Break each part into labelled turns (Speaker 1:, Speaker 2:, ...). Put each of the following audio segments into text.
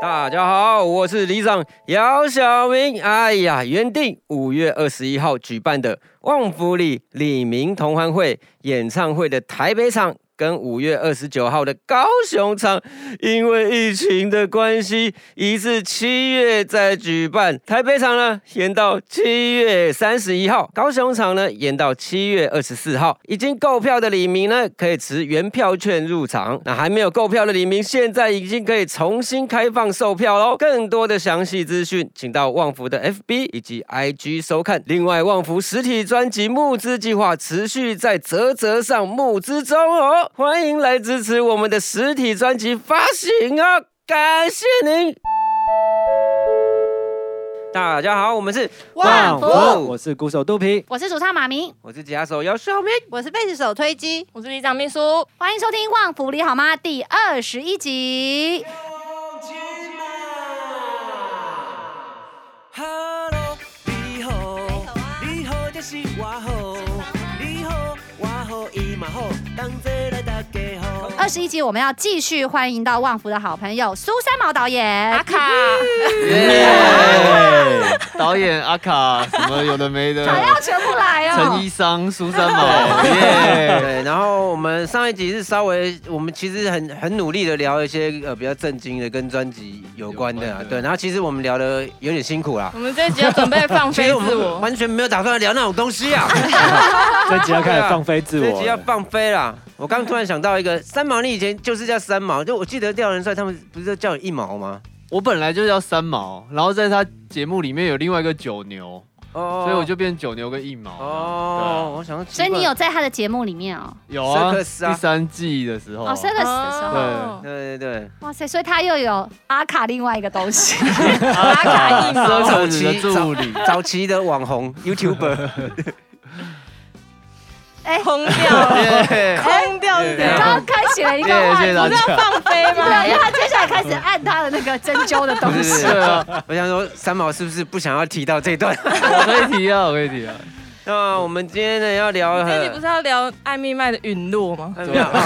Speaker 1: 大家好，我是李长姚晓明。哎呀，原定五月二十一号举办的旺福里李明同欢会演唱会的台北场，跟五月二十九号的高雄场，因为疫情的关系，移至七月再举办。台北场呢延到七月三十一号，高雄场呢延到七月二十四号。已经购票的李明呢，可以持原票券入场。那还没有购票的李明，现在已经可以重新开放售票喽。更多的详细资讯，请到旺福的 FB 以及 IG 收看。另外，旺福实体专辑募资计划持续在泽泽上募资中哦，欢迎来支持我们的实体专辑发行哦，感谢您。大家好，我们是
Speaker 2: 旺福
Speaker 1: 旺
Speaker 3: 我是鼓手肚皮，
Speaker 2: 我是主唱马明，
Speaker 1: 我是吉他手姚少明。
Speaker 4: 我是贝斯手推机，
Speaker 5: 我是李长秘书，
Speaker 2: 哦欢迎收听《旺福你好吗》第二十一集。
Speaker 6: 哈喽，哦你好，啊你好就是我好，你好我好伊嘛好，同齐来大家好。
Speaker 2: 二十一集我们要继续欢迎到旺福的好朋友苏三毛导演
Speaker 5: 阿。卡，
Speaker 7: 耶！导演阿卡，什么有的 没的，
Speaker 2: 还要全部来
Speaker 7: 陈
Speaker 2: 哦！
Speaker 7: 医生、苏三毛，耶！
Speaker 1: 对，然后我们上一集是稍微，我们其实很很努力的聊一些呃比较震惊的，跟专辑有关的、
Speaker 7: 有
Speaker 1: 啊
Speaker 7: 关，的
Speaker 1: 对。然后其实我们聊的有点辛苦啦啊
Speaker 5: 我，们这一集要准备放
Speaker 1: 其
Speaker 5: 飞
Speaker 1: 实我
Speaker 5: 自
Speaker 1: 们
Speaker 5: 我，
Speaker 1: 完全没有打算聊那种东西啊，
Speaker 3: 这集要开始放飞自
Speaker 1: 这
Speaker 3: 我
Speaker 1: 集要
Speaker 3: 了。
Speaker 1: 放飞啦。我刚突然想到一个三毛，你以前就是叫三毛，就我记得吊人帅他们不是都叫你一毛吗？
Speaker 7: 我本来就叫三毛，然后在他节目里面有另外一个九牛，
Speaker 1: 哦
Speaker 7: 所以我就变九牛跟一毛。
Speaker 1: 哦，我想说奇
Speaker 2: 所
Speaker 1: 怪，
Speaker 2: 以你有在他的节目里面哦，
Speaker 7: 有啊，第
Speaker 1: Circus 啊
Speaker 7: 三季的时候
Speaker 2: 哦，，真的是，
Speaker 7: 哦
Speaker 1: 对对对，
Speaker 2: 哇塞，所以他又有阿卡另外一个东西，
Speaker 7: 阿
Speaker 5: 卡一毛
Speaker 7: 奢侈的助理，
Speaker 1: 早期的网红 YouTuber，
Speaker 5: 空掉了，
Speaker 7: 耶！
Speaker 5: 空掉是怎
Speaker 4: 啊
Speaker 2: 刚
Speaker 5: 样？
Speaker 2: 刚开启了一个
Speaker 7: 谢
Speaker 2: 话
Speaker 7: 谢
Speaker 2: 题，
Speaker 7: 大
Speaker 5: 不是要
Speaker 7: 家。
Speaker 5: 放飞
Speaker 2: 对啊，因为
Speaker 5: 吗？
Speaker 2: 他接下来开始按他的那个针灸的东
Speaker 1: 不
Speaker 2: 西。
Speaker 1: 是
Speaker 7: 对啊，
Speaker 1: 我想说三毛是不是不想要提到这段？
Speaker 7: 我可以提啊，我可以提啊。
Speaker 1: 那我们今天呢要聊
Speaker 5: 这一集不
Speaker 1: 很
Speaker 5: 是要聊艾蜜麦的陨落吗？
Speaker 1: 很妙 啊，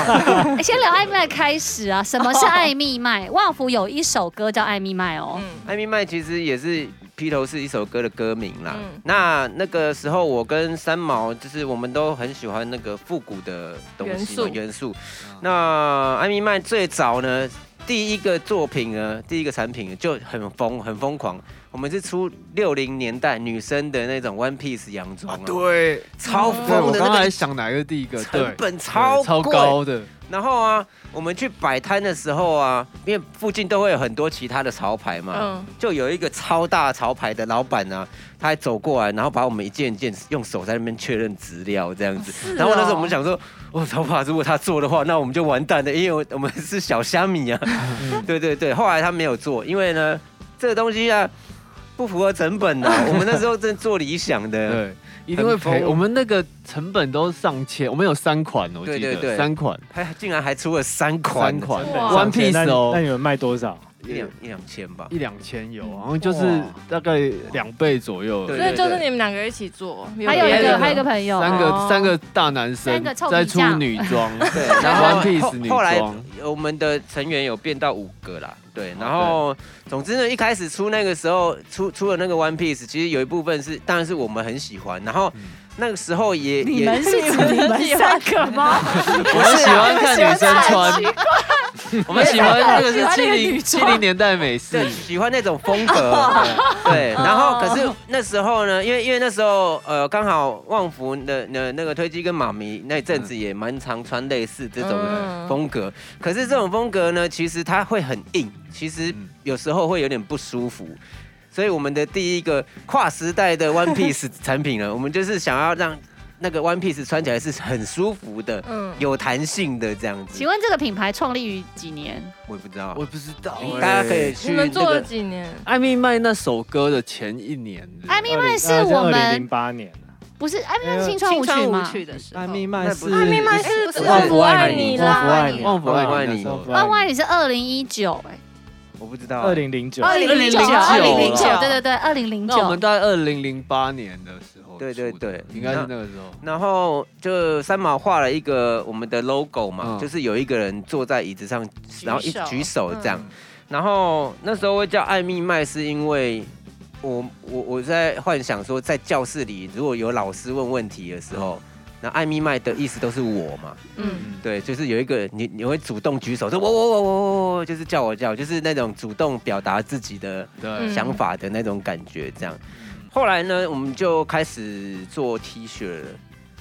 Speaker 2: 欸先聊艾蜜麦开始啊，什么是艾蜜麦？旺福有一首歌叫《艾蜜麦》哦，
Speaker 5: 嗯，
Speaker 1: 艾米麦其实也是披头士一首歌的歌名啦。
Speaker 5: 嗯
Speaker 1: 那那个时候我跟三毛就是我们都很喜欢那个复古的东西嘛
Speaker 5: 元素
Speaker 1: 元素。
Speaker 7: 啊
Speaker 1: 那艾米麦最早呢，第一个作品呢，第一个产品就很疯很疯狂。我们是出六零年代女生的那种 One Piece 洋装、啊，
Speaker 7: 对，
Speaker 1: 超
Speaker 7: 对我
Speaker 1: 疯的
Speaker 7: 刚
Speaker 1: 那
Speaker 7: 才
Speaker 1: 个
Speaker 7: 想哪个第一个，对
Speaker 1: 成，本超
Speaker 7: 对超
Speaker 1: 贵
Speaker 7: 高的，
Speaker 1: 然后啊，我们去摆摊的时候啊，因为附近都会有很多其他的潮牌嘛，
Speaker 5: 嗯
Speaker 1: 就有一个超大潮牌的老板呢、啊，他还走过来，然后把我们一件一件用手在那边确认资料这样子。
Speaker 5: 是哦
Speaker 1: 然后那时候我们想说，我头发如果他做的话，那我们就完蛋了，因为我们是小虾米 啊。 对对对，后来他没有做，因为呢，这个东西啊。不符合成本的、啊 我们那时候正做理想的，
Speaker 7: 对，一定会赔。
Speaker 1: 疯
Speaker 7: 我们那个成本都上千，我们有三款，我记
Speaker 1: 对对对
Speaker 7: 得三款，
Speaker 1: 还竟然还出了三款，
Speaker 7: 三款
Speaker 5: 哇
Speaker 7: ，One Piece
Speaker 3: 那
Speaker 7: 哦，
Speaker 3: 你们卖多少？
Speaker 1: 一两一两千吧。
Speaker 7: 一两千有，好像就是大概两倍左右。
Speaker 1: 对
Speaker 5: 所以就是你们两个一起做，
Speaker 4: 嗯
Speaker 2: 还有
Speaker 5: 别
Speaker 2: 一
Speaker 5: 的
Speaker 2: 个
Speaker 5: 吗
Speaker 2: 还有一个朋友，
Speaker 7: 三个
Speaker 5: 哦
Speaker 7: 三个大男生
Speaker 2: 三个臭皮
Speaker 7: 在出
Speaker 2: 匠
Speaker 7: 女装，
Speaker 1: 对， 然后
Speaker 7: One Piece
Speaker 1: 后
Speaker 7: 女
Speaker 1: 后来
Speaker 7: 装哦
Speaker 1: 我们的成员有变到五个啦，对，然后总之呢，一开始出那个时候出出了那个 One Piece，其实有一部分是当然是我们很喜欢，然
Speaker 7: 嗯
Speaker 1: 后那个时候也
Speaker 4: 你
Speaker 1: 也
Speaker 4: 们 是指你们三个吗？
Speaker 7: 我们喜欢看女生穿，我们喜欢那个是
Speaker 4: 喜欢
Speaker 7: 七
Speaker 4: 那个
Speaker 7: 零
Speaker 4: 女
Speaker 7: 七
Speaker 4: 装
Speaker 7: 零年代美式
Speaker 1: 对，喜欢那种风 格，对。对
Speaker 5: 哦
Speaker 1: 然后可是那时候呢，因为因为那时候呃刚好旺福的那那个推机跟妈咪那一阵子也蛮常穿类似这种
Speaker 5: 嗯
Speaker 1: 风格，可是这种风格呢，其实它会很硬，其实
Speaker 7: 嗯
Speaker 1: 有时候会有点不舒服。所以我们的第一个跨时代 的 One Piece 产品呢，我们就是想要让那个 One Piece 穿起来是很舒服的、
Speaker 5: 嗯，
Speaker 1: 有弹性的这样子
Speaker 2: 请。问这个品牌创立于几年？
Speaker 1: 我也不知道
Speaker 7: 我，不知道欸，
Speaker 1: 哎大家可以去
Speaker 5: 你们
Speaker 1: 那
Speaker 5: 做
Speaker 1: 个
Speaker 5: 了几年？
Speaker 7: 艾米麦那首歌的前一年，
Speaker 2: 艾蜜麦是我
Speaker 3: 二零
Speaker 2: 们
Speaker 3: 零八年。
Speaker 2: 不是艾蜜麦是青春舞曲
Speaker 5: 青
Speaker 2: 吗？
Speaker 5: 春舞的时候
Speaker 3: 艾蜜麦是
Speaker 1: 艾蜜
Speaker 5: 啊麦是不是
Speaker 1: 哦
Speaker 3: 旺福
Speaker 5: 我爱
Speaker 3: 爱你旺
Speaker 5: 你
Speaker 3: 福
Speaker 5: 啦
Speaker 3: 爱你，
Speaker 7: 忘不
Speaker 1: 忘不
Speaker 7: 爱
Speaker 1: 爱
Speaker 7: 你
Speaker 1: 你
Speaker 7: 那首
Speaker 3: 忘
Speaker 7: 歌
Speaker 3: 不
Speaker 2: 啊万
Speaker 3: 爱
Speaker 2: 万
Speaker 3: 你。
Speaker 2: 里是二零一九，哎，
Speaker 1: 我不知道。啊
Speaker 3: 二零零九，
Speaker 2: 二零零九，
Speaker 7: 2009啦
Speaker 2: 对对对，二零零
Speaker 7: 那我
Speaker 2: 九
Speaker 7: 们。大概二零零八年的时候出的，
Speaker 1: 对对对
Speaker 7: 应该是那个时候。
Speaker 1: 然后就三毛画了一个我们的 logo 嘛，
Speaker 7: 嗯
Speaker 1: 就是有一个人坐在椅子上，然后一
Speaker 5: 举手嗯
Speaker 1: 举手这样。然后那时候会叫艾蜜麦，是因为我我我在幻想说，在教室里如果有老师问问题的时候，那艾蜜麦的意思都是我嘛，
Speaker 2: 嗯，
Speaker 1: 对，就是有一个你你会主动举手说我我我我我我，就是叫我叫我，就是那种主动表达自己的
Speaker 5: 嗯
Speaker 7: 对，嗯
Speaker 1: 想法的那种感觉，这样。后来呢，我们就开始做 T 恤了，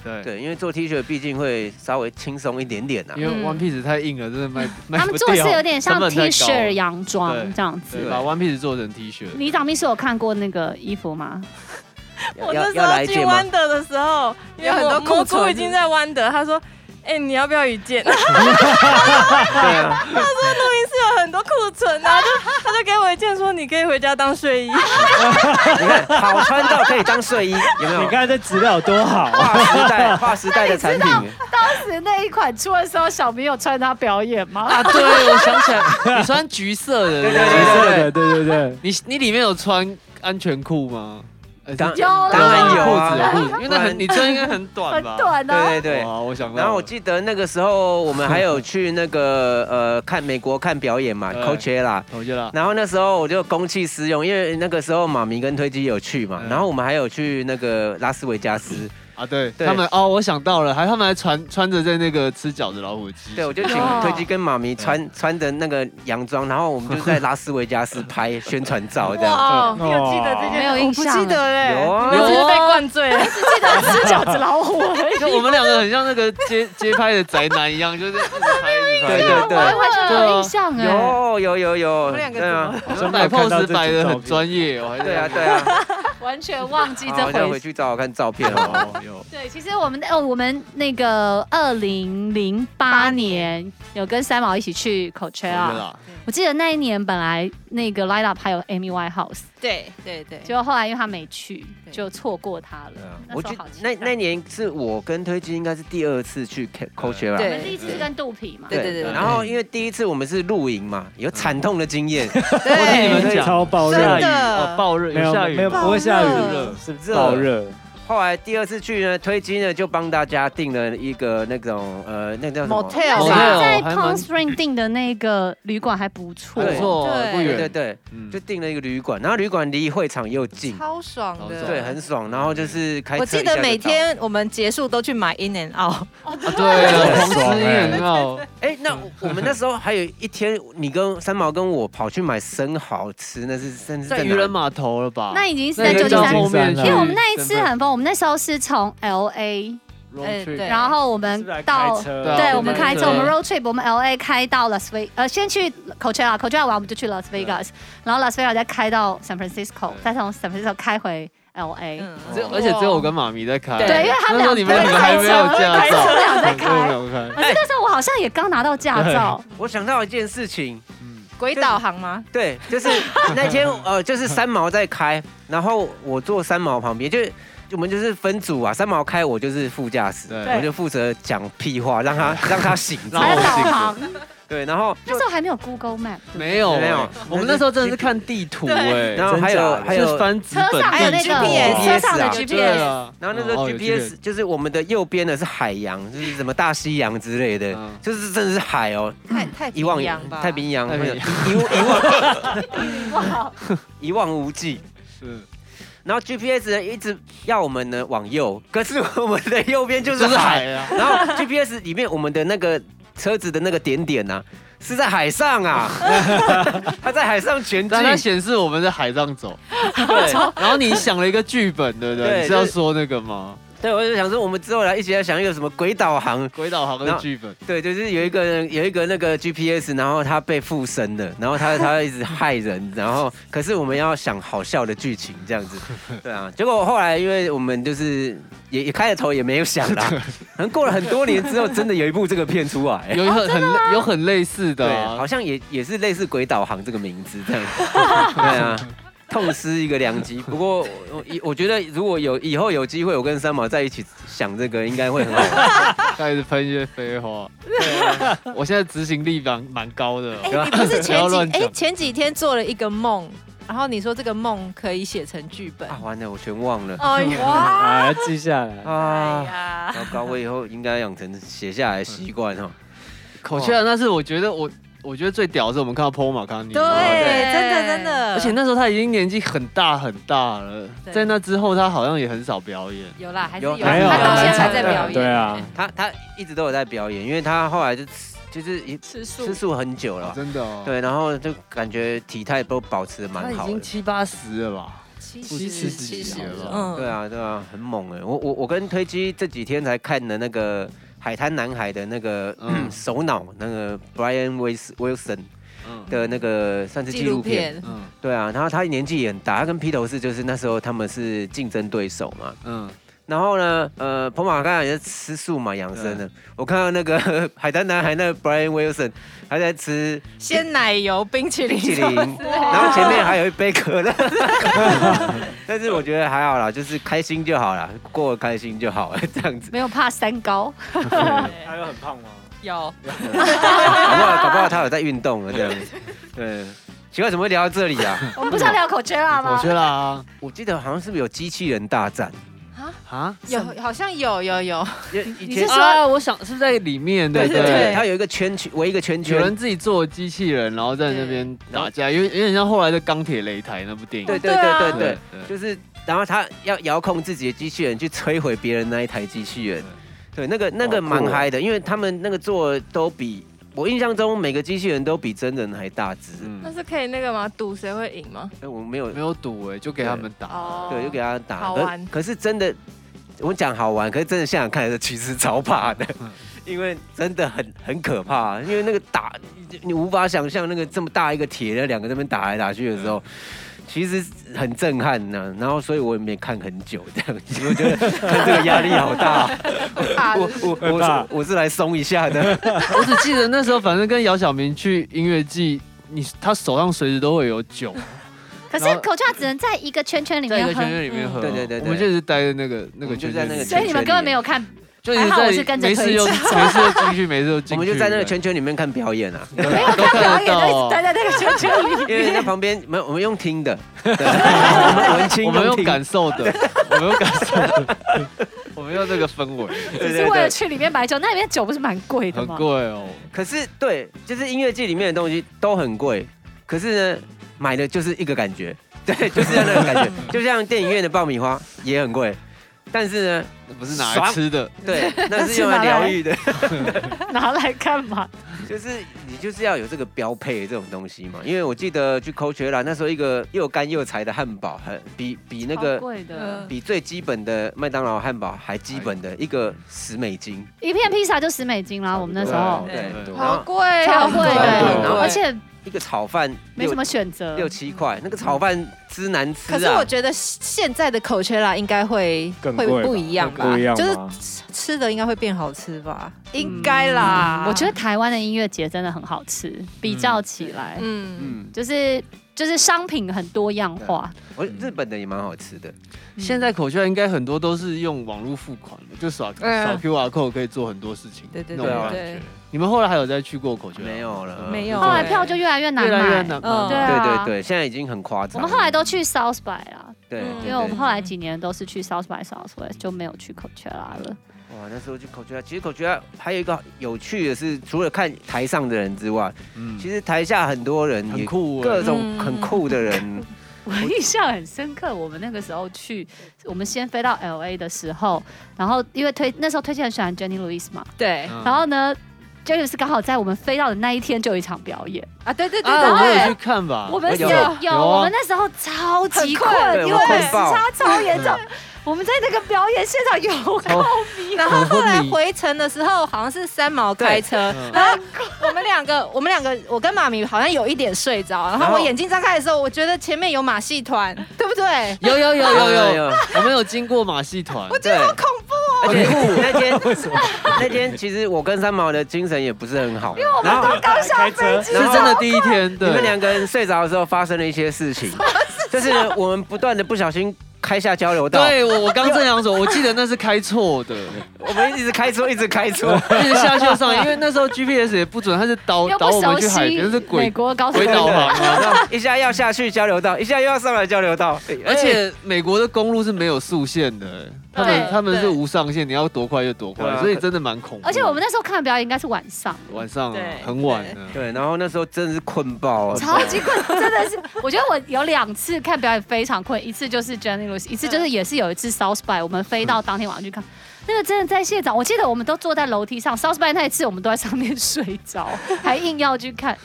Speaker 7: 对对，
Speaker 1: 对，因为做 T 恤毕竟会稍微轻松一点点啊。
Speaker 7: 因为 One Piece 太硬了，真 的卖卖
Speaker 2: 嗯他
Speaker 7: 不
Speaker 2: 们
Speaker 7: 掉
Speaker 2: 做的是有点像
Speaker 7: 成
Speaker 2: T
Speaker 7: 本太高
Speaker 2: 恤洋装
Speaker 7: 对
Speaker 2: 这样子。
Speaker 7: 对，把 One Piece 做成 T 恤，
Speaker 2: 你长秘书有看过那个衣服吗？
Speaker 5: 我
Speaker 1: 要
Speaker 5: 那时
Speaker 1: 要来
Speaker 5: 候
Speaker 1: 一
Speaker 5: 进
Speaker 1: 件吗？
Speaker 5: Wonder 的时候，因为
Speaker 4: 有很多
Speaker 5: 蘑
Speaker 4: 库
Speaker 5: 蘑
Speaker 4: 存
Speaker 5: 菇已经在 Wonder，他说：“哎，你要不要一件？” 他说：“
Speaker 4: 啊
Speaker 5: 录音室有很多库存啊，就他就给我一件，说你可以回家当 睡衣。
Speaker 1: 你看，好穿到可以当 睡衣，有没
Speaker 3: 你
Speaker 1: 有？
Speaker 3: 看这资料多好啊！
Speaker 1: 划时代，划时代的产品。
Speaker 8: 当时那一款出的时候，小明有穿它表演吗？
Speaker 7: 啊，对，我想起来，你穿橘色的，对
Speaker 1: 对
Speaker 3: 橘
Speaker 1: 对
Speaker 3: 色的，对对对，
Speaker 7: 你你里面有穿安全裤吗？还是
Speaker 1: 当
Speaker 8: 有啦
Speaker 1: 当然有
Speaker 7: 裤子
Speaker 1: 啊，
Speaker 7: 裤子，因为
Speaker 1: 不
Speaker 7: 那很
Speaker 1: 然
Speaker 7: 你穿应该 很短
Speaker 8: 很
Speaker 7: 吧？
Speaker 8: 短啊，
Speaker 1: 对对对。
Speaker 7: 哇，我想到了，
Speaker 1: 然后我记得那个时候我们还有去那个 呃看美国看表演嘛
Speaker 7: 对
Speaker 1: ，Coachella。
Speaker 7: 同学啦，
Speaker 1: 然后那时候我就公器私用，因为那个时候妈咪跟推机有去嘛，
Speaker 7: 嗯
Speaker 1: 然后我们还有去那个拉斯维加斯，
Speaker 7: 啊，对
Speaker 1: 对
Speaker 7: 他们哦，我想到了，还他们还穿穿着在那个吃饺子老虎机，
Speaker 1: 对，我就请
Speaker 7: 哦
Speaker 1: 推机跟妈咪穿穿着那个洋装，然后我们就在拉斯维加斯拍宣传照这样。
Speaker 4: 哦
Speaker 3: 对
Speaker 5: 哇，哦你有记得这
Speaker 2: 没
Speaker 5: 件？
Speaker 2: 有
Speaker 4: 我
Speaker 2: 印
Speaker 4: 不
Speaker 2: 象。
Speaker 4: 记得嘞
Speaker 1: 有。啊
Speaker 5: 你，们是不是被灌醉了？
Speaker 8: 记得吃饺子老虎而已。
Speaker 7: 就我们两个很像那个街街拍的宅男一样，就是一直拍一直
Speaker 1: 对
Speaker 7: 拍，
Speaker 8: 啊
Speaker 1: 对
Speaker 2: 我
Speaker 1: 对，
Speaker 2: 完全没有印象哎。
Speaker 1: 有有有有，
Speaker 4: 们两个
Speaker 1: 对啊，
Speaker 7: 我
Speaker 3: 真
Speaker 7: 们
Speaker 3: 的
Speaker 7: 摆
Speaker 3: 有看到这
Speaker 7: pose
Speaker 3: 组
Speaker 7: 摆的
Speaker 3: 照
Speaker 7: 很
Speaker 3: 片
Speaker 7: 专业，我还在
Speaker 1: 对啊对啊，
Speaker 8: 完全忘记
Speaker 1: 好我再回。去找找看照片哦。
Speaker 7: 有有
Speaker 2: 对，其实我们哦，我们那个二零零八年有跟三毛一起去
Speaker 1: 啊
Speaker 2: Coachella，
Speaker 7: 啦，
Speaker 2: 我记得那一年本来那个 Light Up 还有 Amy Winehouse，
Speaker 4: 对对对，
Speaker 2: 结果后来因为她没去，
Speaker 4: 对
Speaker 2: 就错过她
Speaker 1: 对啊
Speaker 2: 了。
Speaker 1: 我
Speaker 2: 时候
Speaker 1: 觉
Speaker 2: 好期
Speaker 1: 那
Speaker 2: 待
Speaker 1: 那年是我跟推机应该是第二次去 K- Coachella，
Speaker 2: 我
Speaker 4: 对
Speaker 2: 们第一次是跟肚皮嘛，
Speaker 4: 对对对
Speaker 1: 然后因为第一次我们是露营嘛，有惨痛的经验，
Speaker 7: 我听你
Speaker 4: 对
Speaker 7: 们讲
Speaker 3: 超爆热，
Speaker 2: 啊
Speaker 4: 真
Speaker 7: 下雨
Speaker 4: 的
Speaker 7: 哦，暴热，
Speaker 3: 没
Speaker 7: 有
Speaker 3: 有
Speaker 7: 下雨
Speaker 3: 没有
Speaker 7: 吗
Speaker 3: 不会下
Speaker 4: 爆
Speaker 3: 雨，
Speaker 4: 热
Speaker 3: 是
Speaker 1: 热
Speaker 3: 爆热，
Speaker 1: 后来第二次去呢，推机呢就帮大家订了一个那种呃，那个叫什么
Speaker 4: Motel
Speaker 2: 我
Speaker 7: 哦
Speaker 2: 们
Speaker 7: 对
Speaker 5: 啊
Speaker 7: 哦
Speaker 2: 在
Speaker 7: 还蛮
Speaker 2: Palm Spring 订的那个旅馆还不错，
Speaker 7: 不错哦，
Speaker 4: 对
Speaker 7: 不
Speaker 1: 对
Speaker 7: 远，
Speaker 1: 对对，
Speaker 7: 嗯
Speaker 1: 就订了一个旅馆，然后旅馆离会场又近，
Speaker 4: 超爽的，
Speaker 1: 对，很嗯爽。然后就是开车
Speaker 4: 我
Speaker 1: 一下
Speaker 4: 记
Speaker 1: 就到，
Speaker 4: 得每天我们结束都去买 In and Out，
Speaker 7: 啊对
Speaker 3: 很
Speaker 7: 啊，黄
Speaker 3: 爽
Speaker 7: 之
Speaker 3: 哎
Speaker 7: 也很好，
Speaker 1: 哎，那我我们那时候还有一天，你跟三毛跟我跑去买生蚝吃，那是甚至
Speaker 7: 在
Speaker 1: 在
Speaker 7: 渔人
Speaker 1: 哪？
Speaker 7: 码头了吧？
Speaker 2: 那已经是在
Speaker 7: 那已
Speaker 2: 九
Speaker 7: 经
Speaker 2: 九
Speaker 7: 到
Speaker 2: 三。
Speaker 7: 后面去，
Speaker 3: 因
Speaker 2: 因为我们那一次很呃疯，我们那时候是从 L A，
Speaker 7: road trip
Speaker 4: 对
Speaker 2: 然后我
Speaker 3: 是
Speaker 2: 们
Speaker 3: 不是还
Speaker 2: 到
Speaker 3: 开车
Speaker 7: 对啊
Speaker 2: 对，我们开车，我们
Speaker 7: 对
Speaker 2: road trip，我们 L A 开到 Las Vegas，呃，先去啊 Coachella，Coachella 完我们就去 Las Vegas，然后 Las Vegas 再开到 San Francisco，
Speaker 7: 对
Speaker 2: 再从 San Francisco 开回 L A。
Speaker 4: 嗯，
Speaker 7: 只有而且只有我跟妈咪在开，
Speaker 2: 对因为他们
Speaker 7: 那时候
Speaker 2: 俩
Speaker 7: 你们两个还没有驾照，
Speaker 2: 他们俩在开
Speaker 7: 他们两个
Speaker 2: 可
Speaker 7: 开，
Speaker 2: 是那时候我好像也刚拿到驾 照，
Speaker 1: 我想到一件事情，
Speaker 4: 鬼导航吗？
Speaker 1: 对，就是那 天呃，就是三毛在开，然后我坐三毛旁边，就是我们就是分组啊，三毛开我就是副驾驶，
Speaker 7: 对
Speaker 1: 我就负责讲屁话，让他让他 醒着
Speaker 7: 然。
Speaker 2: 还有
Speaker 7: 后我
Speaker 2: 导
Speaker 7: 醒着
Speaker 2: 航，
Speaker 1: 对，然后
Speaker 2: 那时候还没有 Google Map，
Speaker 7: 没有欸
Speaker 1: 没有
Speaker 7: 我们那时候真的是看地图哎，
Speaker 1: 然后还有还
Speaker 7: 是
Speaker 1: 有，
Speaker 7: 翻纸
Speaker 2: 车
Speaker 7: 本
Speaker 2: 上的那
Speaker 7: 地图
Speaker 2: 个
Speaker 1: GPS
Speaker 2: 车上的
Speaker 1: 啊
Speaker 7: 对
Speaker 2: GPS，
Speaker 7: 啊，
Speaker 1: 然后那时
Speaker 7: 哦
Speaker 1: 候
Speaker 7: 有
Speaker 1: GPS 就是我们的右边的是海洋，就是什么大西洋之类的
Speaker 7: 嗯，
Speaker 1: 就是真的是海哦，
Speaker 4: 太太
Speaker 1: 一望
Speaker 4: 平洋吧，
Speaker 1: 太平洋
Speaker 7: 太
Speaker 1: 没有
Speaker 7: 平
Speaker 1: 一
Speaker 7: 洋
Speaker 1: 一望 一望无际。
Speaker 7: 是
Speaker 1: 然后 GPS 呢一直要我们呢往右，可 是我们的右边就
Speaker 7: 就是是
Speaker 1: 海。
Speaker 7: 海啊，
Speaker 1: 然后 GPS 里面我们的那个车子的那个点点呢、啊，是在海上 啊，它在海上前进
Speaker 7: 但。它显示我们在海上走，对， 然后你想了一个剧本，对不
Speaker 1: 对
Speaker 7: 对？你是要说那个吗？
Speaker 1: 对，我就想说，我们之后来一起来想一个什么鬼导航。啊
Speaker 7: 鬼岛航的剧本，
Speaker 1: 对，就是有一个人有一个那个 GPS，然后他被附身了，然后他他一直害人，然后可是我们要想好笑的剧情这样子，对啊。结果后来因为我们就是也也开了头也没有想啦，可能过了很多年之后，真的有一部这个片出 来，
Speaker 7: 有很很有很类似的
Speaker 1: 对，
Speaker 7: 啊
Speaker 1: 好，像也也是类似鬼导航这个名字这样子，对啊。痛失一个良机，不过我我我觉得如果有以后有机会，我跟三毛在一起想这个，应该会很好玩。
Speaker 7: 开始喷一些飞花。 我现在执行力蛮蛮高的
Speaker 4: 哎，
Speaker 7: 哦，
Speaker 4: 你不是
Speaker 7: 不要
Speaker 4: 前几
Speaker 7: 乱
Speaker 4: 哎
Speaker 7: 讲
Speaker 4: 前几天做了一个梦，然后你说这个梦可以写成剧本，
Speaker 1: 啊，完了，我全忘了
Speaker 4: 哎 呀，
Speaker 3: 啊，要记下来。
Speaker 1: 啊
Speaker 4: 哎。呀，
Speaker 7: 嗯
Speaker 1: 糟糕，我以后应该养成写下来的习惯哦。
Speaker 7: 口雀那是我觉得我我觉得最屌的是我们看到 Paul McCartney，
Speaker 4: 对，啊真的真的，
Speaker 7: 而且那时候他已经年纪很大很大了，
Speaker 4: 对
Speaker 7: 在那之后他好像也很少表演。
Speaker 4: 有啦，还是
Speaker 1: 有
Speaker 4: 有，
Speaker 1: 还有
Speaker 4: 他到现在还在
Speaker 3: 对啊
Speaker 4: 表演，
Speaker 3: 对啊，
Speaker 1: 他他一直都有在表演，因为他后来就吃就是一
Speaker 5: 吃素
Speaker 1: 吃素很久了，
Speaker 7: 真的哦，
Speaker 1: 对，然后就感觉体态都保持的
Speaker 7: 他
Speaker 1: 蛮
Speaker 7: 已
Speaker 1: 好
Speaker 7: 经
Speaker 1: 的。
Speaker 7: 七八十了吧？
Speaker 4: 七
Speaker 7: 七十
Speaker 4: 七
Speaker 7: 几
Speaker 4: 十
Speaker 7: 了吧
Speaker 4: 嗯
Speaker 1: 对啊，对啊，很猛哎！我我我跟推机这几天才看的那个《海滩男孩》的那个、
Speaker 7: 嗯
Speaker 1: 首脑那个 Brian Wis- Wilson
Speaker 7: 嗯
Speaker 1: 的那个算是纪
Speaker 4: 纪
Speaker 1: 录
Speaker 4: 录
Speaker 1: 片，
Speaker 4: 片，
Speaker 7: 嗯
Speaker 1: 对啊，然后他年纪也很大，他跟披头士就是那时候他们是竞争对手嘛。
Speaker 7: 嗯，
Speaker 1: 然后呢，呃，彭马刚才也是吃素嘛，养生的。我看到那个 《海滩男孩》那个 Brian Wilson 还在吃
Speaker 5: 鲜奶油冰淇淋，
Speaker 1: 冰淇淋， 然后前面还有一杯可乐。 但是我觉得还好啦，就是开心就好啦，过得开心就好了， 这样 子。
Speaker 2: 没有怕三高，
Speaker 3: 他有很胖吗？
Speaker 5: 有
Speaker 1: 搞不好搞不好他有在运动了这样子。对，奇怪怎么会聊到这里 啊？
Speaker 2: 我们不是要聊口诀啦
Speaker 7: 我
Speaker 2: 吗
Speaker 7: 觉？得啊
Speaker 1: 我记得好像是不是有机器人大战？
Speaker 7: 啊，
Speaker 4: 有好像有有有，
Speaker 1: 你
Speaker 2: 你是说
Speaker 7: 啊，我想是不是在里面，对
Speaker 1: 对
Speaker 7: 不
Speaker 1: 对
Speaker 7: 对
Speaker 1: 对，。他有一个圈圈，围一个圈
Speaker 7: 有
Speaker 1: 圈
Speaker 7: 人。自己做机器人，然后在那边打架，有点有点像后来的《钢铁擂台》那部电影。
Speaker 1: 对对对对对
Speaker 7: 对，对
Speaker 1: 就是然后他要遥控自己的机器人去摧毁别人那一台机器人。对，那个那个
Speaker 7: 好酷哦
Speaker 1: 蛮嗨的，因为他们那个做都比我印象中每个机器人都比真人还大只。
Speaker 5: 那
Speaker 7: 嗯，
Speaker 5: 是可以那个吗？赌谁会赢吗？
Speaker 1: 哎，我没有
Speaker 7: 没有赌哎，就给他们打。
Speaker 5: 哦，
Speaker 1: 对，就给他打。
Speaker 5: 好
Speaker 1: 可
Speaker 5: 玩
Speaker 1: 可是真的，我讲好玩，可是真的现场看的时候其实超怕的，因为真的很很可怕，因为那个打你你无法想象那个这么大一个铁的两个这边打来打去的时候。其实很震撼呐、然后所以我也没看很久这样子，我觉得看这个压力好大。我我我
Speaker 3: 会
Speaker 1: 我
Speaker 3: 怕
Speaker 1: 是我是来松一下的，
Speaker 7: 我只记得那时候，反正跟姚晓明去音乐季，你他手上随时都会有酒，
Speaker 2: 可是
Speaker 7: 然后
Speaker 2: 口诀只能在一个圈圈里
Speaker 7: 在一
Speaker 2: 面
Speaker 7: 个圈
Speaker 2: 喝，
Speaker 7: 圈里面喝。
Speaker 1: 对对对对
Speaker 7: 我们就一直待在那个那
Speaker 1: 我
Speaker 7: 个
Speaker 1: 们就
Speaker 7: 圈
Speaker 1: 在
Speaker 7: 圈里
Speaker 1: 那个
Speaker 7: 面，
Speaker 2: 所以你们根本没有看，
Speaker 7: 就一直
Speaker 2: 还好我是
Speaker 7: 在
Speaker 2: 跟着
Speaker 7: 没
Speaker 2: 推
Speaker 7: 事又没
Speaker 2: 荐
Speaker 7: 事又进去，没事又进 去，
Speaker 1: 我们就在那个圈圈里面看表演啊，
Speaker 7: 对 都看得到
Speaker 8: 待
Speaker 7: 哦。
Speaker 8: 在那个圈圈里。
Speaker 1: 因为在旁边没有我们用听的，对我们文青
Speaker 7: 我们
Speaker 1: 用
Speaker 7: 用
Speaker 1: 听
Speaker 7: 感受的，我们用感受的， 我们用那个氛围，
Speaker 1: 对对
Speaker 2: 只是为
Speaker 1: 对
Speaker 2: 了去里面买酒，那里面酒不是蛮贵的
Speaker 7: 很
Speaker 2: 吗？
Speaker 7: 贵哦。
Speaker 1: 可是对，就是音乐季里面的东西都很贵，可是呢，买的就是一个感觉， 对，就是那个感觉，就像电影院的爆米花也很贵，但是呢，
Speaker 7: 那不是拿来吃的，
Speaker 1: 对，那是用来疗愈的，
Speaker 2: 拿来干嘛？
Speaker 1: 就是你就是要有这个标配这种东西嘛。因为我记得去 Coachella 那时候，一个又干又柴的汉堡，很比比那
Speaker 2: 超
Speaker 1: 个。
Speaker 2: 贵的，
Speaker 5: 嗯
Speaker 1: 比最基本的麦当劳汉堡还基本的一个十美金，
Speaker 2: 一片披萨就十美金啦，啊我们那时候
Speaker 1: 对
Speaker 7: 对，
Speaker 1: 然
Speaker 5: 好
Speaker 1: 后
Speaker 5: 贵
Speaker 2: 超
Speaker 4: 啊
Speaker 5: 哦，
Speaker 2: 贵
Speaker 7: 对
Speaker 2: 的，
Speaker 1: 对
Speaker 2: 而且
Speaker 1: 一个炒饭
Speaker 2: 没
Speaker 1: 六
Speaker 2: 什么选择
Speaker 1: 六。七块，那个炒饭之难吃啊！
Speaker 4: 可是我觉得现在的口缺啦应该会
Speaker 3: 更
Speaker 4: 会
Speaker 3: 贵吧
Speaker 4: 不一样吧
Speaker 3: 会不一样，
Speaker 4: 就是
Speaker 3: 吗
Speaker 4: 吃的应该会变好吃吧，
Speaker 5: 应该啦。
Speaker 2: 嗯我觉得台湾的音乐节真的很好吃，比较起来，
Speaker 5: 嗯，
Speaker 7: 嗯，
Speaker 2: 就是就是商品很多样化，
Speaker 1: 我日本的也蛮好吃的，
Speaker 2: 嗯
Speaker 7: 现在口诀应该很多都是用网络付款的，就扫
Speaker 2: 啊
Speaker 4: 嗯
Speaker 7: 扫 QR code 可以做很多事情。
Speaker 4: 对对
Speaker 7: 那种
Speaker 1: 对
Speaker 7: 感
Speaker 4: 对
Speaker 7: 觉你们后来还有再去过口诀？
Speaker 1: 没，有了，
Speaker 4: 没有
Speaker 2: 后来票就越来越难
Speaker 7: 越来越
Speaker 2: 买。
Speaker 7: 难
Speaker 4: 嗯
Speaker 2: 对
Speaker 7: 买。
Speaker 1: 对对
Speaker 2: 啊，
Speaker 1: 对，现在已经很夸
Speaker 2: 我
Speaker 1: 张了。
Speaker 2: 们后来都去 South by 啦，
Speaker 1: 对，
Speaker 5: 嗯
Speaker 1: 对
Speaker 2: 因为我们
Speaker 1: 对
Speaker 2: 后来几年都是去 South by Southwest，就没有去 Coachella 了。
Speaker 1: 哇，那时候去口诀，其实口诀还有一个有趣的是，除了看台上的人之外，
Speaker 7: 嗯，
Speaker 1: 其实台下很多人
Speaker 7: 很
Speaker 1: 也
Speaker 7: 酷欸，
Speaker 1: 各
Speaker 2: 嗯
Speaker 1: 种很酷的 人，
Speaker 2: 我印象很深刻，我们那个时候去，我们先飞到 L A 的时候，然后因为推那时候推荐很喜欢 Jenny Lewis 嘛，
Speaker 5: 对
Speaker 7: 嗯
Speaker 2: 然后呢，Jenny Lewis 刚好在我们飞到的那一天就有一场表演，
Speaker 5: 啊，对对对
Speaker 7: 啊，我有
Speaker 5: 对
Speaker 7: 去看吧。
Speaker 2: 我们是
Speaker 1: 有
Speaker 2: 有
Speaker 7: 有啊
Speaker 2: 我们那时候超级困，
Speaker 5: 很
Speaker 1: 对
Speaker 2: 因
Speaker 1: 我
Speaker 2: 为
Speaker 1: 困爆，
Speaker 2: 超严
Speaker 7: 嗯
Speaker 2: 重，我们在那个表演现场有
Speaker 7: 超
Speaker 5: 对，然后后来回程的时候，好像是三毛开车，
Speaker 7: 嗯
Speaker 5: 然后我们两个，我们两个，我跟妈咪好像有一点睡着，然
Speaker 1: 然
Speaker 5: 后
Speaker 1: 后
Speaker 5: 我眼睛张开的时候，我觉得前面有马 戏团，对不对？
Speaker 7: 有有
Speaker 1: 有
Speaker 7: 有有
Speaker 1: 有
Speaker 7: 有，
Speaker 1: 有，
Speaker 7: 我们有经过马戏团。
Speaker 1: 对，好恐怖哦！而且那 天那天其实我跟三毛的精神也不是很好，然后
Speaker 3: 开车，
Speaker 7: 是真的第一天，对，
Speaker 1: 你们两个人睡着的时候发生了一些事情，就是呢我们不断的不小心开下交流道，
Speaker 7: 对我，我刚正想说，我记得那是开错的，
Speaker 1: 我们一直开错，一直开 错。
Speaker 7: 一直下去又上来，因为那时候 GPS 也不准，它是导
Speaker 2: 又
Speaker 7: 导
Speaker 2: 不
Speaker 7: 我们
Speaker 2: 熟
Speaker 7: 去海
Speaker 2: 悉
Speaker 7: 边，是
Speaker 2: 美
Speaker 7: 鬼
Speaker 2: 国高速
Speaker 7: 鬼
Speaker 2: 公
Speaker 7: 导
Speaker 2: 路
Speaker 7: 航啊。
Speaker 1: 一下要下去交流道，一下又要上来交流道，
Speaker 7: 而且美国的公路是没有速限的，他们
Speaker 4: 对
Speaker 7: 他们是
Speaker 4: 对
Speaker 7: 无上限，你要多快就多
Speaker 1: 对
Speaker 7: 快，
Speaker 1: 啊
Speaker 7: 所以真的蛮恐怖的。
Speaker 2: 而且我们那时候看的表演应该是晚上，
Speaker 7: 晚上啊
Speaker 4: 对
Speaker 7: 很晚了，
Speaker 1: 对，然后那时候真的是困爆啊，
Speaker 2: 超级困，真的是。我觉得我有两次看表演非常困，一次就是 Jenny Lewis，一次就是也是有一次 South by，我们飞到当天晚上去看。那个真的在现场，我记得我们都坐在楼梯上。South by 那一次，我们都在上面 睡着，还硬要去看。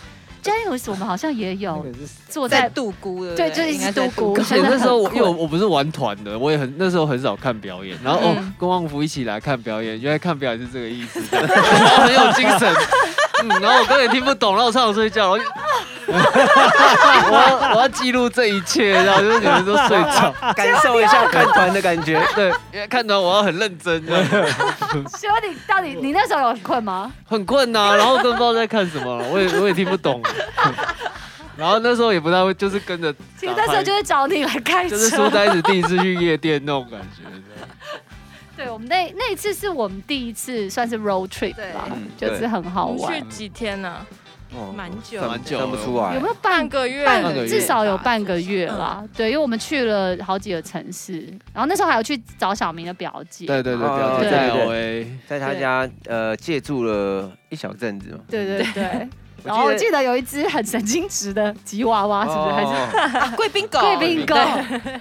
Speaker 2: Jenny Lewis 我们好像也有坐
Speaker 4: 在
Speaker 2: 在
Speaker 4: 杜姑的，
Speaker 2: 对
Speaker 4: 不
Speaker 2: 就是一直
Speaker 4: 应该在
Speaker 2: 杜姑
Speaker 7: 而且
Speaker 2: 真的
Speaker 7: 那时候我
Speaker 2: 很
Speaker 7: 因为我我不是玩团的，我也很那时候很少看表演，然后
Speaker 2: 嗯
Speaker 7: 哦跟旺福一起来看表演，原来看表演是这个意思， 然后很有精神。嗯，然后我刚才也听不懂，然后我上床睡觉，然后就 我要我要记录这一切，然后就是你们都睡 着，
Speaker 1: 感受一下看团的感觉。
Speaker 7: 对，因为看团我要很认真，这样
Speaker 2: 所以你到底你那时候有很困吗？
Speaker 7: 很困呐、然后都不知道在看什么了， 我也我也听不懂。 然后那时候也不太会，就是跟着打拍，
Speaker 2: 其实那时候就是找你来开车，
Speaker 7: 就是书呆子第一次去夜店那种感觉。这样
Speaker 2: 对我们那那一次是我们第一次算是 road trip
Speaker 4: 对
Speaker 2: 吧
Speaker 1: 嗯，
Speaker 2: 就是很好
Speaker 5: 你去
Speaker 2: 玩。
Speaker 5: 几天呢？
Speaker 1: 哦
Speaker 4: 蛮久
Speaker 1: 算
Speaker 7: 蛮久
Speaker 1: 算不出来
Speaker 2: 有没。有
Speaker 5: 半
Speaker 2: 半
Speaker 5: 个月，
Speaker 2: 半
Speaker 7: 个月
Speaker 2: 至少有半个月啦。对，因为我们去了好几个城市，然后那时候还有去找小明的表姐。
Speaker 7: 对对对，
Speaker 1: 哦
Speaker 7: 表姐
Speaker 2: 对
Speaker 7: 在
Speaker 1: 对
Speaker 7: L A，
Speaker 1: 在他家呃借住了一小阵子嘛，
Speaker 2: 对对对。然 后我记得有一只很神经质的吉娃娃，是不是？还是
Speaker 1: 是？
Speaker 5: 啊
Speaker 4: 贵宾狗，
Speaker 2: 贵宾狗？
Speaker 1: 哦对。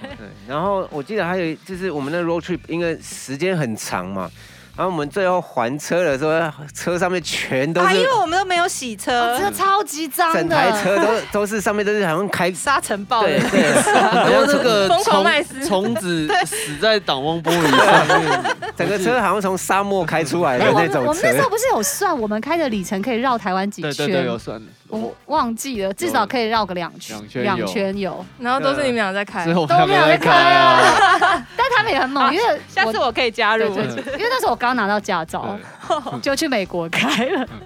Speaker 1: 然后我记得还有一就是我们那 road trip，因为时间很长嘛，然后我们最后还车的时候，车上面全都
Speaker 4: 啊，因
Speaker 1: 是
Speaker 4: 为，我们都没有洗
Speaker 2: 哦
Speaker 4: 车
Speaker 2: 真，的超级脏
Speaker 1: 整台
Speaker 2: 哎的，
Speaker 1: 车都都是上面都是好像开
Speaker 4: 沙尘暴
Speaker 1: 对
Speaker 4: 的，
Speaker 1: 对，
Speaker 7: 好像这个
Speaker 5: 疯狂麦
Speaker 7: 虫
Speaker 5: 斯
Speaker 7: 虫子死在挡风玻璃上面，
Speaker 1: 整个车好像从沙漠开出来的
Speaker 2: 哎，我
Speaker 1: 那
Speaker 2: 们
Speaker 1: 种
Speaker 2: 我们那时候
Speaker 1: 车。
Speaker 2: 不是有算我们开的里程可以绕台湾几
Speaker 7: 对对对，有
Speaker 2: 圈？
Speaker 7: 算了，
Speaker 2: 我
Speaker 7: 我
Speaker 2: 忘记了，至少可以绕个两圈
Speaker 7: 两，圈有
Speaker 2: 两圈有。
Speaker 5: 然后都是你们俩在开
Speaker 7: 最。后
Speaker 2: 都
Speaker 7: 他
Speaker 2: 没
Speaker 7: 们
Speaker 2: 有在
Speaker 7: 在
Speaker 2: 开
Speaker 7: 开啊，
Speaker 2: 啊。但他们也很猛，因为
Speaker 4: 下次我可以加
Speaker 2: 对
Speaker 4: 入。
Speaker 2: 对对因为那时候我刚拿到驾照， 就去美国开了，
Speaker 1: 嗯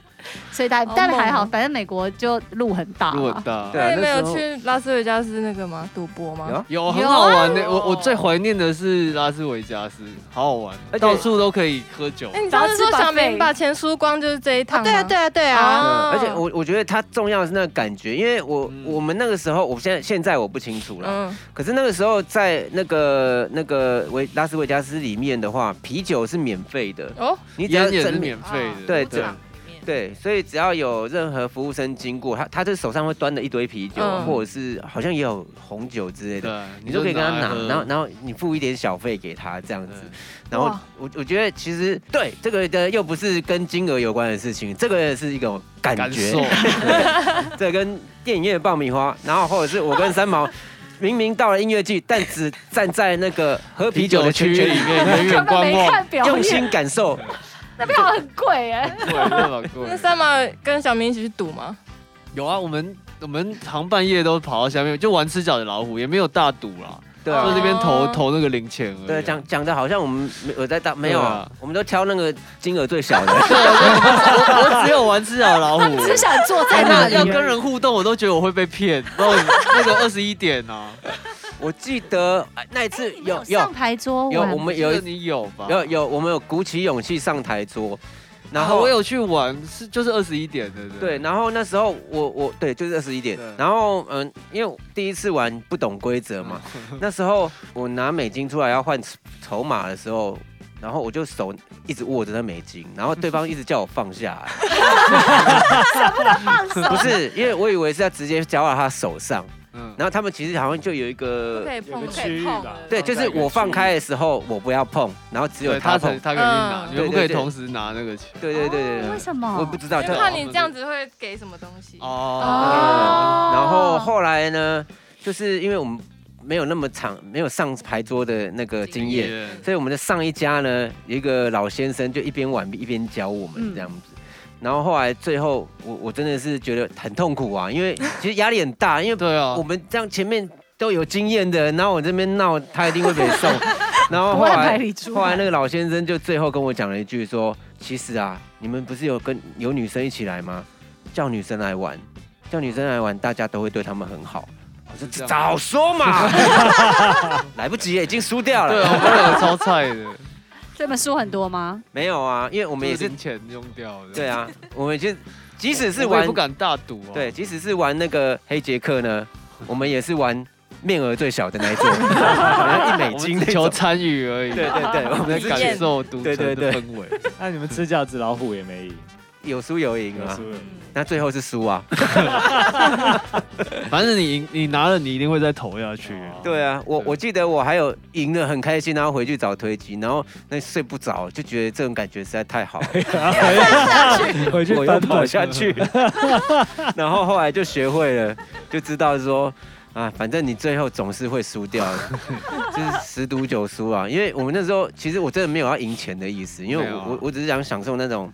Speaker 2: 所以但
Speaker 5: 好猛哦
Speaker 2: 但还好，啊反正美国就路很大
Speaker 7: 路
Speaker 2: 嘛
Speaker 7: 很。大。
Speaker 1: 对啊
Speaker 5: 那你们
Speaker 1: 那时
Speaker 5: 有
Speaker 1: 候
Speaker 5: 去拉斯维加斯那个吗？赌博吗？
Speaker 1: 有啊
Speaker 7: 有很
Speaker 2: 有啊
Speaker 7: 好玩的，我我最怀念的是拉斯维加斯，好好玩
Speaker 1: 而且，
Speaker 7: 到处都可以喝酒
Speaker 5: 哎、。你上次说小明哦把钱输光就是这一趟、
Speaker 4: 啊对啊，对啊，对啊，
Speaker 5: 哦
Speaker 1: 而且我我觉得它重要的是那个感觉，因为我、
Speaker 7: 嗯
Speaker 1: 我们那个时候，我现在现在我不清楚了，
Speaker 5: 嗯，
Speaker 1: 可是那个时候在那个那个维拉斯维加斯里面的话，啤酒是免费的，
Speaker 5: 哦，
Speaker 1: 你只要
Speaker 7: 烟也是
Speaker 1: 证明
Speaker 7: 免费的，
Speaker 1: 对
Speaker 4: 赌场
Speaker 1: 对，所以只要有任何服务生经过，他他就手上会端着一堆啤酒，
Speaker 5: 嗯
Speaker 1: 或者是好像也有红酒之类的，
Speaker 7: 对，
Speaker 1: 你就可以跟他拿，然后
Speaker 7: 拿
Speaker 1: 然后你付一点小费给他这样
Speaker 7: 来喝
Speaker 1: 子，然后我我觉得其实对这个的又不是跟金额有关的事情，这个是一种感
Speaker 7: 对感
Speaker 1: 觉，
Speaker 7: 受，
Speaker 1: 这跟电影院的爆米花，然后或者是我跟三毛，明明到了音乐季，但只站在那个喝 啤酒的圈圈
Speaker 7: 里
Speaker 1: 里
Speaker 7: 面远远
Speaker 1: 呃
Speaker 2: 根本
Speaker 7: 观
Speaker 2: 没
Speaker 7: 望，
Speaker 2: 看表
Speaker 1: 用
Speaker 2: 演，
Speaker 1: 心感受。
Speaker 2: 那票很贵哎。
Speaker 7: 对，那 蛮贵
Speaker 5: 那三毛跟小明一起去赌吗？
Speaker 7: 有啊，我们我们常半夜都跑到下面，就玩吃脚的老虎，也没有大赌啦，
Speaker 1: 对
Speaker 7: 就
Speaker 1: 啊
Speaker 7: 是那边投
Speaker 5: 哦
Speaker 7: 投那个零钱而已。啊
Speaker 1: 对，讲讲的好像我们没有在大没有
Speaker 7: 对
Speaker 1: 啊
Speaker 7: 啊，
Speaker 1: 我们都挑那个金额最小的。
Speaker 7: 对，我我我只有玩吃脚的老虎。
Speaker 2: 只是想坐在
Speaker 7: 哎
Speaker 2: 那
Speaker 7: 那
Speaker 2: 里
Speaker 7: 要跟人互动，我都觉得我会被骗。然后那个二十一点啊，
Speaker 1: 我记得哎那一次有有
Speaker 2: 上牌桌
Speaker 1: 有
Speaker 2: 玩
Speaker 1: 我们有
Speaker 7: 我记
Speaker 1: 一
Speaker 7: 得你有吧？
Speaker 1: 有有我们有鼓起勇气上台桌，然
Speaker 7: 然后
Speaker 1: 后
Speaker 7: 我有去玩，是就是二十一点的，
Speaker 1: 对，然后那时候我我对就是二十一点
Speaker 7: 对，
Speaker 1: 然后嗯，因为第一次玩不懂规则嘛，
Speaker 7: 嗯
Speaker 1: 那时候我拿美金出来要换筹码的时候。然后我就手一直握着那美金，然后对方一直叫我放下来， 不是，因为我以为是要直接交到他手上，
Speaker 7: 嗯，
Speaker 1: 然后他们其实好像就有一
Speaker 5: 不
Speaker 1: 个
Speaker 5: 可以
Speaker 3: 有
Speaker 5: 碰
Speaker 3: 个，区域吧，
Speaker 1: 对，就是我放开的时候我不要碰，然后只有
Speaker 7: 对
Speaker 1: 他
Speaker 7: 他才
Speaker 1: 碰，
Speaker 7: 他可以拿，
Speaker 5: 嗯
Speaker 7: 你们不可
Speaker 1: 对对
Speaker 7: 以
Speaker 1: 对
Speaker 7: 同时拿那个钱。
Speaker 1: 对对对对
Speaker 2: 哦为
Speaker 1: 对，
Speaker 2: 什
Speaker 1: 我
Speaker 2: 么
Speaker 1: 不？知道，
Speaker 5: 因
Speaker 1: 他
Speaker 5: 为怕你这样子会给什么东西。
Speaker 7: 哦，
Speaker 2: 哦
Speaker 1: 然后后来呢，就是因为我们没有那么长，没有上牌桌的那个经验，
Speaker 7: 耶
Speaker 1: 所以我们的上一家呢，有一个老先生就一边玩一边教我们
Speaker 2: 嗯
Speaker 1: 这样子。然后后来最后，我我真的是觉得很痛苦啊，因为其实压力很大，因为
Speaker 7: 对啊
Speaker 1: 我，们这样前面都有经验的，然后我这边闹，他一定会被送。 然后
Speaker 2: 不
Speaker 1: 后
Speaker 2: 按牌
Speaker 1: 来
Speaker 2: 理出
Speaker 1: 后来那个老先生就最后跟我讲了一句说：“其实啊，你们不是有跟有女生一起来吗？叫女生来玩，叫女生来玩，大家都会对他们很好。”我
Speaker 7: 是这样。
Speaker 1: 早说 嘛，来不及了，已经输掉
Speaker 7: 对
Speaker 1: 了。
Speaker 7: 啊，我们两个超菜的，
Speaker 2: 这本书很多吗？
Speaker 1: 没有啊，因为 我
Speaker 7: 我
Speaker 1: 们也是
Speaker 7: 零钱用掉的。
Speaker 1: 对，啊，我们就即使是
Speaker 7: 我也
Speaker 1: 玩
Speaker 7: 不敢大赌啊。
Speaker 1: 对，即使是玩那个黑杰克呢，我们也是玩面额最小的 那一座，
Speaker 7: 我
Speaker 1: 好像一
Speaker 7: 们
Speaker 1: 美
Speaker 7: 只
Speaker 1: 金那
Speaker 7: 求
Speaker 1: 种。
Speaker 7: 参与而已。
Speaker 1: 对对 对，我
Speaker 7: 我们
Speaker 1: 们
Speaker 7: 在感受赌城
Speaker 1: 对对
Speaker 7: 的
Speaker 1: 对
Speaker 7: 氛围。
Speaker 3: 那你们吃饺子老虎也没赢，
Speaker 1: 有输有赢
Speaker 3: 有
Speaker 1: 啊，
Speaker 3: 输 了
Speaker 1: 那最后是输 啊。
Speaker 7: 反正你赢，你拿了，你一定会再投下去。
Speaker 3: 哦
Speaker 1: 对啊，我
Speaker 7: 对
Speaker 1: 我记得我还有赢了很开心，然后回去找推机，然后那睡不着，就觉得这种感觉实在太 好了，
Speaker 3: 回去
Speaker 1: 我又
Speaker 3: 翻
Speaker 1: 跑
Speaker 3: 本
Speaker 1: 下 去，然后后来就学会了，就知道说。啊，反正你最后总是会输掉 的，就是十赌九输啊。因为我们那时候其实我真的没有要赢钱的意思，因为
Speaker 7: 没有
Speaker 1: 我
Speaker 7: 啊
Speaker 1: 我我只是想享受那种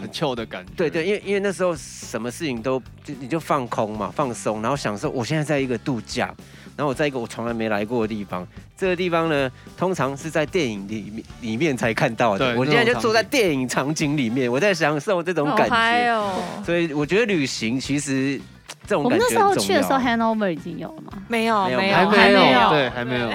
Speaker 7: 很臭的感觉。
Speaker 1: 对对，因为因为那时候什么事情都就你就放空嘛，放松，然后享受。我现在在一个度假，然后我在一个我从来没来过的地方。这个地方呢，通常是在电影里面里面才看到的。
Speaker 7: 对
Speaker 1: 我现在
Speaker 7: 那种
Speaker 1: 就坐在电影场景里面，我在享受这种感觉。
Speaker 5: 哦，
Speaker 1: 所以我觉得旅行其实这种
Speaker 2: 我
Speaker 1: 感
Speaker 2: 们
Speaker 1: 觉
Speaker 2: 那时候
Speaker 1: 很重
Speaker 2: 去的时候
Speaker 1: 要啊
Speaker 2: ，Hanover 已经有了吗？
Speaker 5: 没有
Speaker 1: 没有
Speaker 5: 没
Speaker 7: 还
Speaker 5: 有，
Speaker 7: 没
Speaker 8: 还没
Speaker 7: 有，
Speaker 8: 有
Speaker 7: 对，还没有。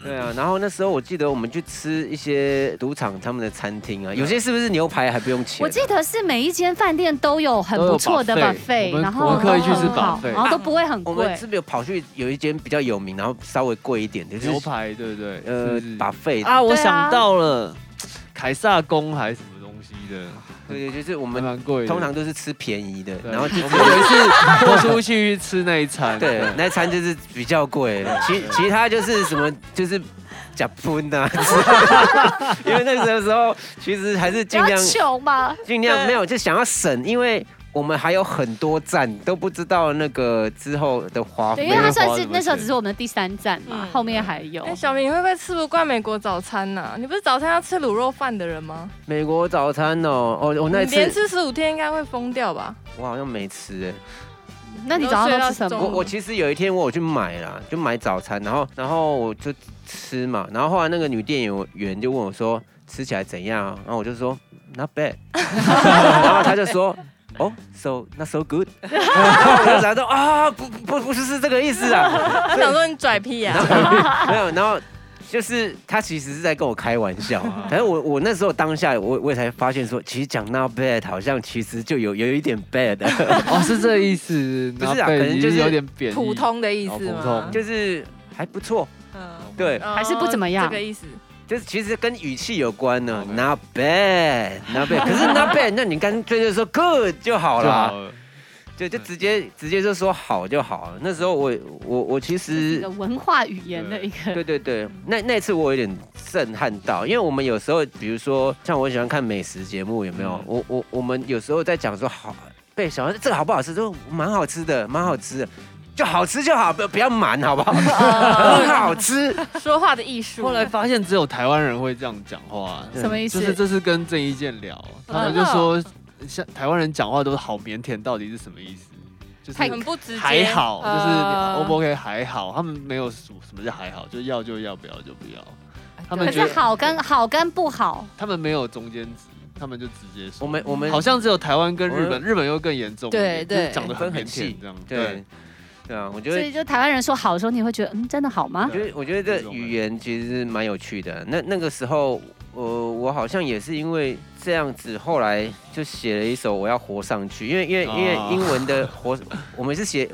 Speaker 1: 对啊，然后那时候我记得我们去吃一些赌场他们的餐厅啊，有些是不是牛排还不用钱？啊
Speaker 2: 我记得是每一间饭店都有很
Speaker 7: 都有
Speaker 2: 不错的
Speaker 7: buffet，我
Speaker 2: buffet，
Speaker 7: 们
Speaker 2: 然后
Speaker 7: 我们可以去吃
Speaker 2: 都很好
Speaker 7: buffet
Speaker 2: 然后都不会很
Speaker 1: 我
Speaker 2: 贵
Speaker 1: 们。是不是有跑去有一间比较有名，然后稍微贵一点的，就是
Speaker 7: 牛排，对不对？
Speaker 1: 呃
Speaker 7: 是不是
Speaker 1: 把费
Speaker 7: 啊，我
Speaker 2: 对啊
Speaker 7: 想到了，凯撒宫还是什么东西的，
Speaker 1: 对对，就是我
Speaker 7: 还
Speaker 1: 们
Speaker 7: 蛮贵的。
Speaker 1: 通常都是吃便宜的，
Speaker 7: 对，
Speaker 1: 然后就
Speaker 7: 我们有一次豁出去吃那一餐，
Speaker 1: 对，那餐就是比较贵，其其他就是什么就是假喷呐， 因为那个时候其实还是
Speaker 2: 比
Speaker 1: 尽
Speaker 2: 较
Speaker 1: 量
Speaker 2: 穷嘛，
Speaker 1: 尽量
Speaker 5: 对
Speaker 1: 没有就想要省，因为我们还有很多站都不知道那个之后的花
Speaker 2: 对，
Speaker 1: 费
Speaker 2: 因为。它
Speaker 7: 没
Speaker 2: 算
Speaker 7: 花
Speaker 2: 是
Speaker 7: 什么
Speaker 2: 那时候
Speaker 7: 钱
Speaker 2: 只是我们的第三站嘛，
Speaker 5: 嗯
Speaker 2: 后面还有
Speaker 5: 哎、。小明，你会不会吃不惯美国早餐呐、你不是早餐要吃卤肉饭的人吗？
Speaker 1: 美国早餐哦，哦，我那一
Speaker 5: 你嗯连
Speaker 1: 次
Speaker 5: 吃十五天应该会疯掉吧？
Speaker 1: 我好像没吃哎。
Speaker 2: 那你早上都吃什
Speaker 5: 嗯
Speaker 1: 我
Speaker 2: 么？
Speaker 1: 我其实有一天我有去买啦，就买早餐，然后然后我就吃嘛，然后后来那个女店员就问我说吃起来怎样、啊，然后我就说 not bad，然后她就说。哦、s o not so good，然 后我就想说啊，不不不是是这个意思啊，
Speaker 5: 他想说你拽屁啊呀、
Speaker 1: 然后没有，然后就是她其实是在跟我开玩笑，反正我我那时候当下我我也才发现说，其实讲 not bad 好像其实就有有一点 bad，
Speaker 7: 哦，是这意思，
Speaker 1: 不是啊
Speaker 7: 拿贝
Speaker 1: 可能
Speaker 7: 已
Speaker 1: 就是
Speaker 7: 经有点贬义
Speaker 5: 普，通的意
Speaker 7: 哦
Speaker 5: 思
Speaker 7: 普
Speaker 5: 吗
Speaker 7: 通？
Speaker 1: 就是还不错，
Speaker 5: 嗯
Speaker 1: 对，
Speaker 5: 哦
Speaker 2: 还是不怎么样
Speaker 5: 这个意思。
Speaker 1: 就是其实跟语气有关呢
Speaker 7: OK
Speaker 1: ，not bad，not bad，可是 not bad，那你干脆就说 good 就好
Speaker 7: 就好
Speaker 1: 啦，
Speaker 7: 了，
Speaker 1: 对，就直接直接就说好就好了。那时候我我我其
Speaker 2: 一
Speaker 1: 实
Speaker 2: 个文化语言的一 个
Speaker 1: 对对对，那那次我有点震撼到，因为我们有时候比如说像我喜欢看美食节目，有没有
Speaker 7: 嗯？
Speaker 1: 我我我们有时候在讲说好，被小孩这个好不好吃，说蛮好吃的，蛮好吃的。就好吃就好，不不要瞒，好不 好？很好吃，
Speaker 5: 说话的艺术。
Speaker 7: 后来发现只有台湾人会这样讲话，
Speaker 1: 对
Speaker 2: 什么意思
Speaker 7: 就？是这次跟郑伊健聊，他们就
Speaker 5: 真的
Speaker 7: 说像台湾人讲话都是好腼腆，到底是什么意思？就是
Speaker 5: 很不直
Speaker 7: 嗯
Speaker 5: 接，
Speaker 7: 还好，就是 O 不
Speaker 5: 呃
Speaker 7: OK 还好，他们没有什么什么叫还好，就要就要，不要就不要，他们
Speaker 2: 可
Speaker 7: 觉
Speaker 2: 是
Speaker 7: 得
Speaker 2: 好跟好跟不好，
Speaker 7: 他们没有中间值，他们就直接
Speaker 1: 我
Speaker 7: 说。
Speaker 1: 们我们
Speaker 7: 好像只有台湾跟日本，日本又更严重一
Speaker 4: 对
Speaker 7: 点，
Speaker 4: 对
Speaker 7: 就是讲的很
Speaker 1: 分
Speaker 7: 腼
Speaker 1: 很细
Speaker 7: 腆这样，
Speaker 1: 对，对啊，我觉
Speaker 2: 所
Speaker 1: 得
Speaker 2: 以就台湾人说好的时候，你会觉得嗯，真的好吗
Speaker 1: 我？觉得我觉得
Speaker 7: 这
Speaker 1: 这
Speaker 7: 种
Speaker 1: 语言其实是蛮有趣的。那那个时候，呃，我好像也是因为这样子，后来就写了一首《我要活上去》，因为因为因为
Speaker 7: 哦
Speaker 1: 英文的活， 我们是写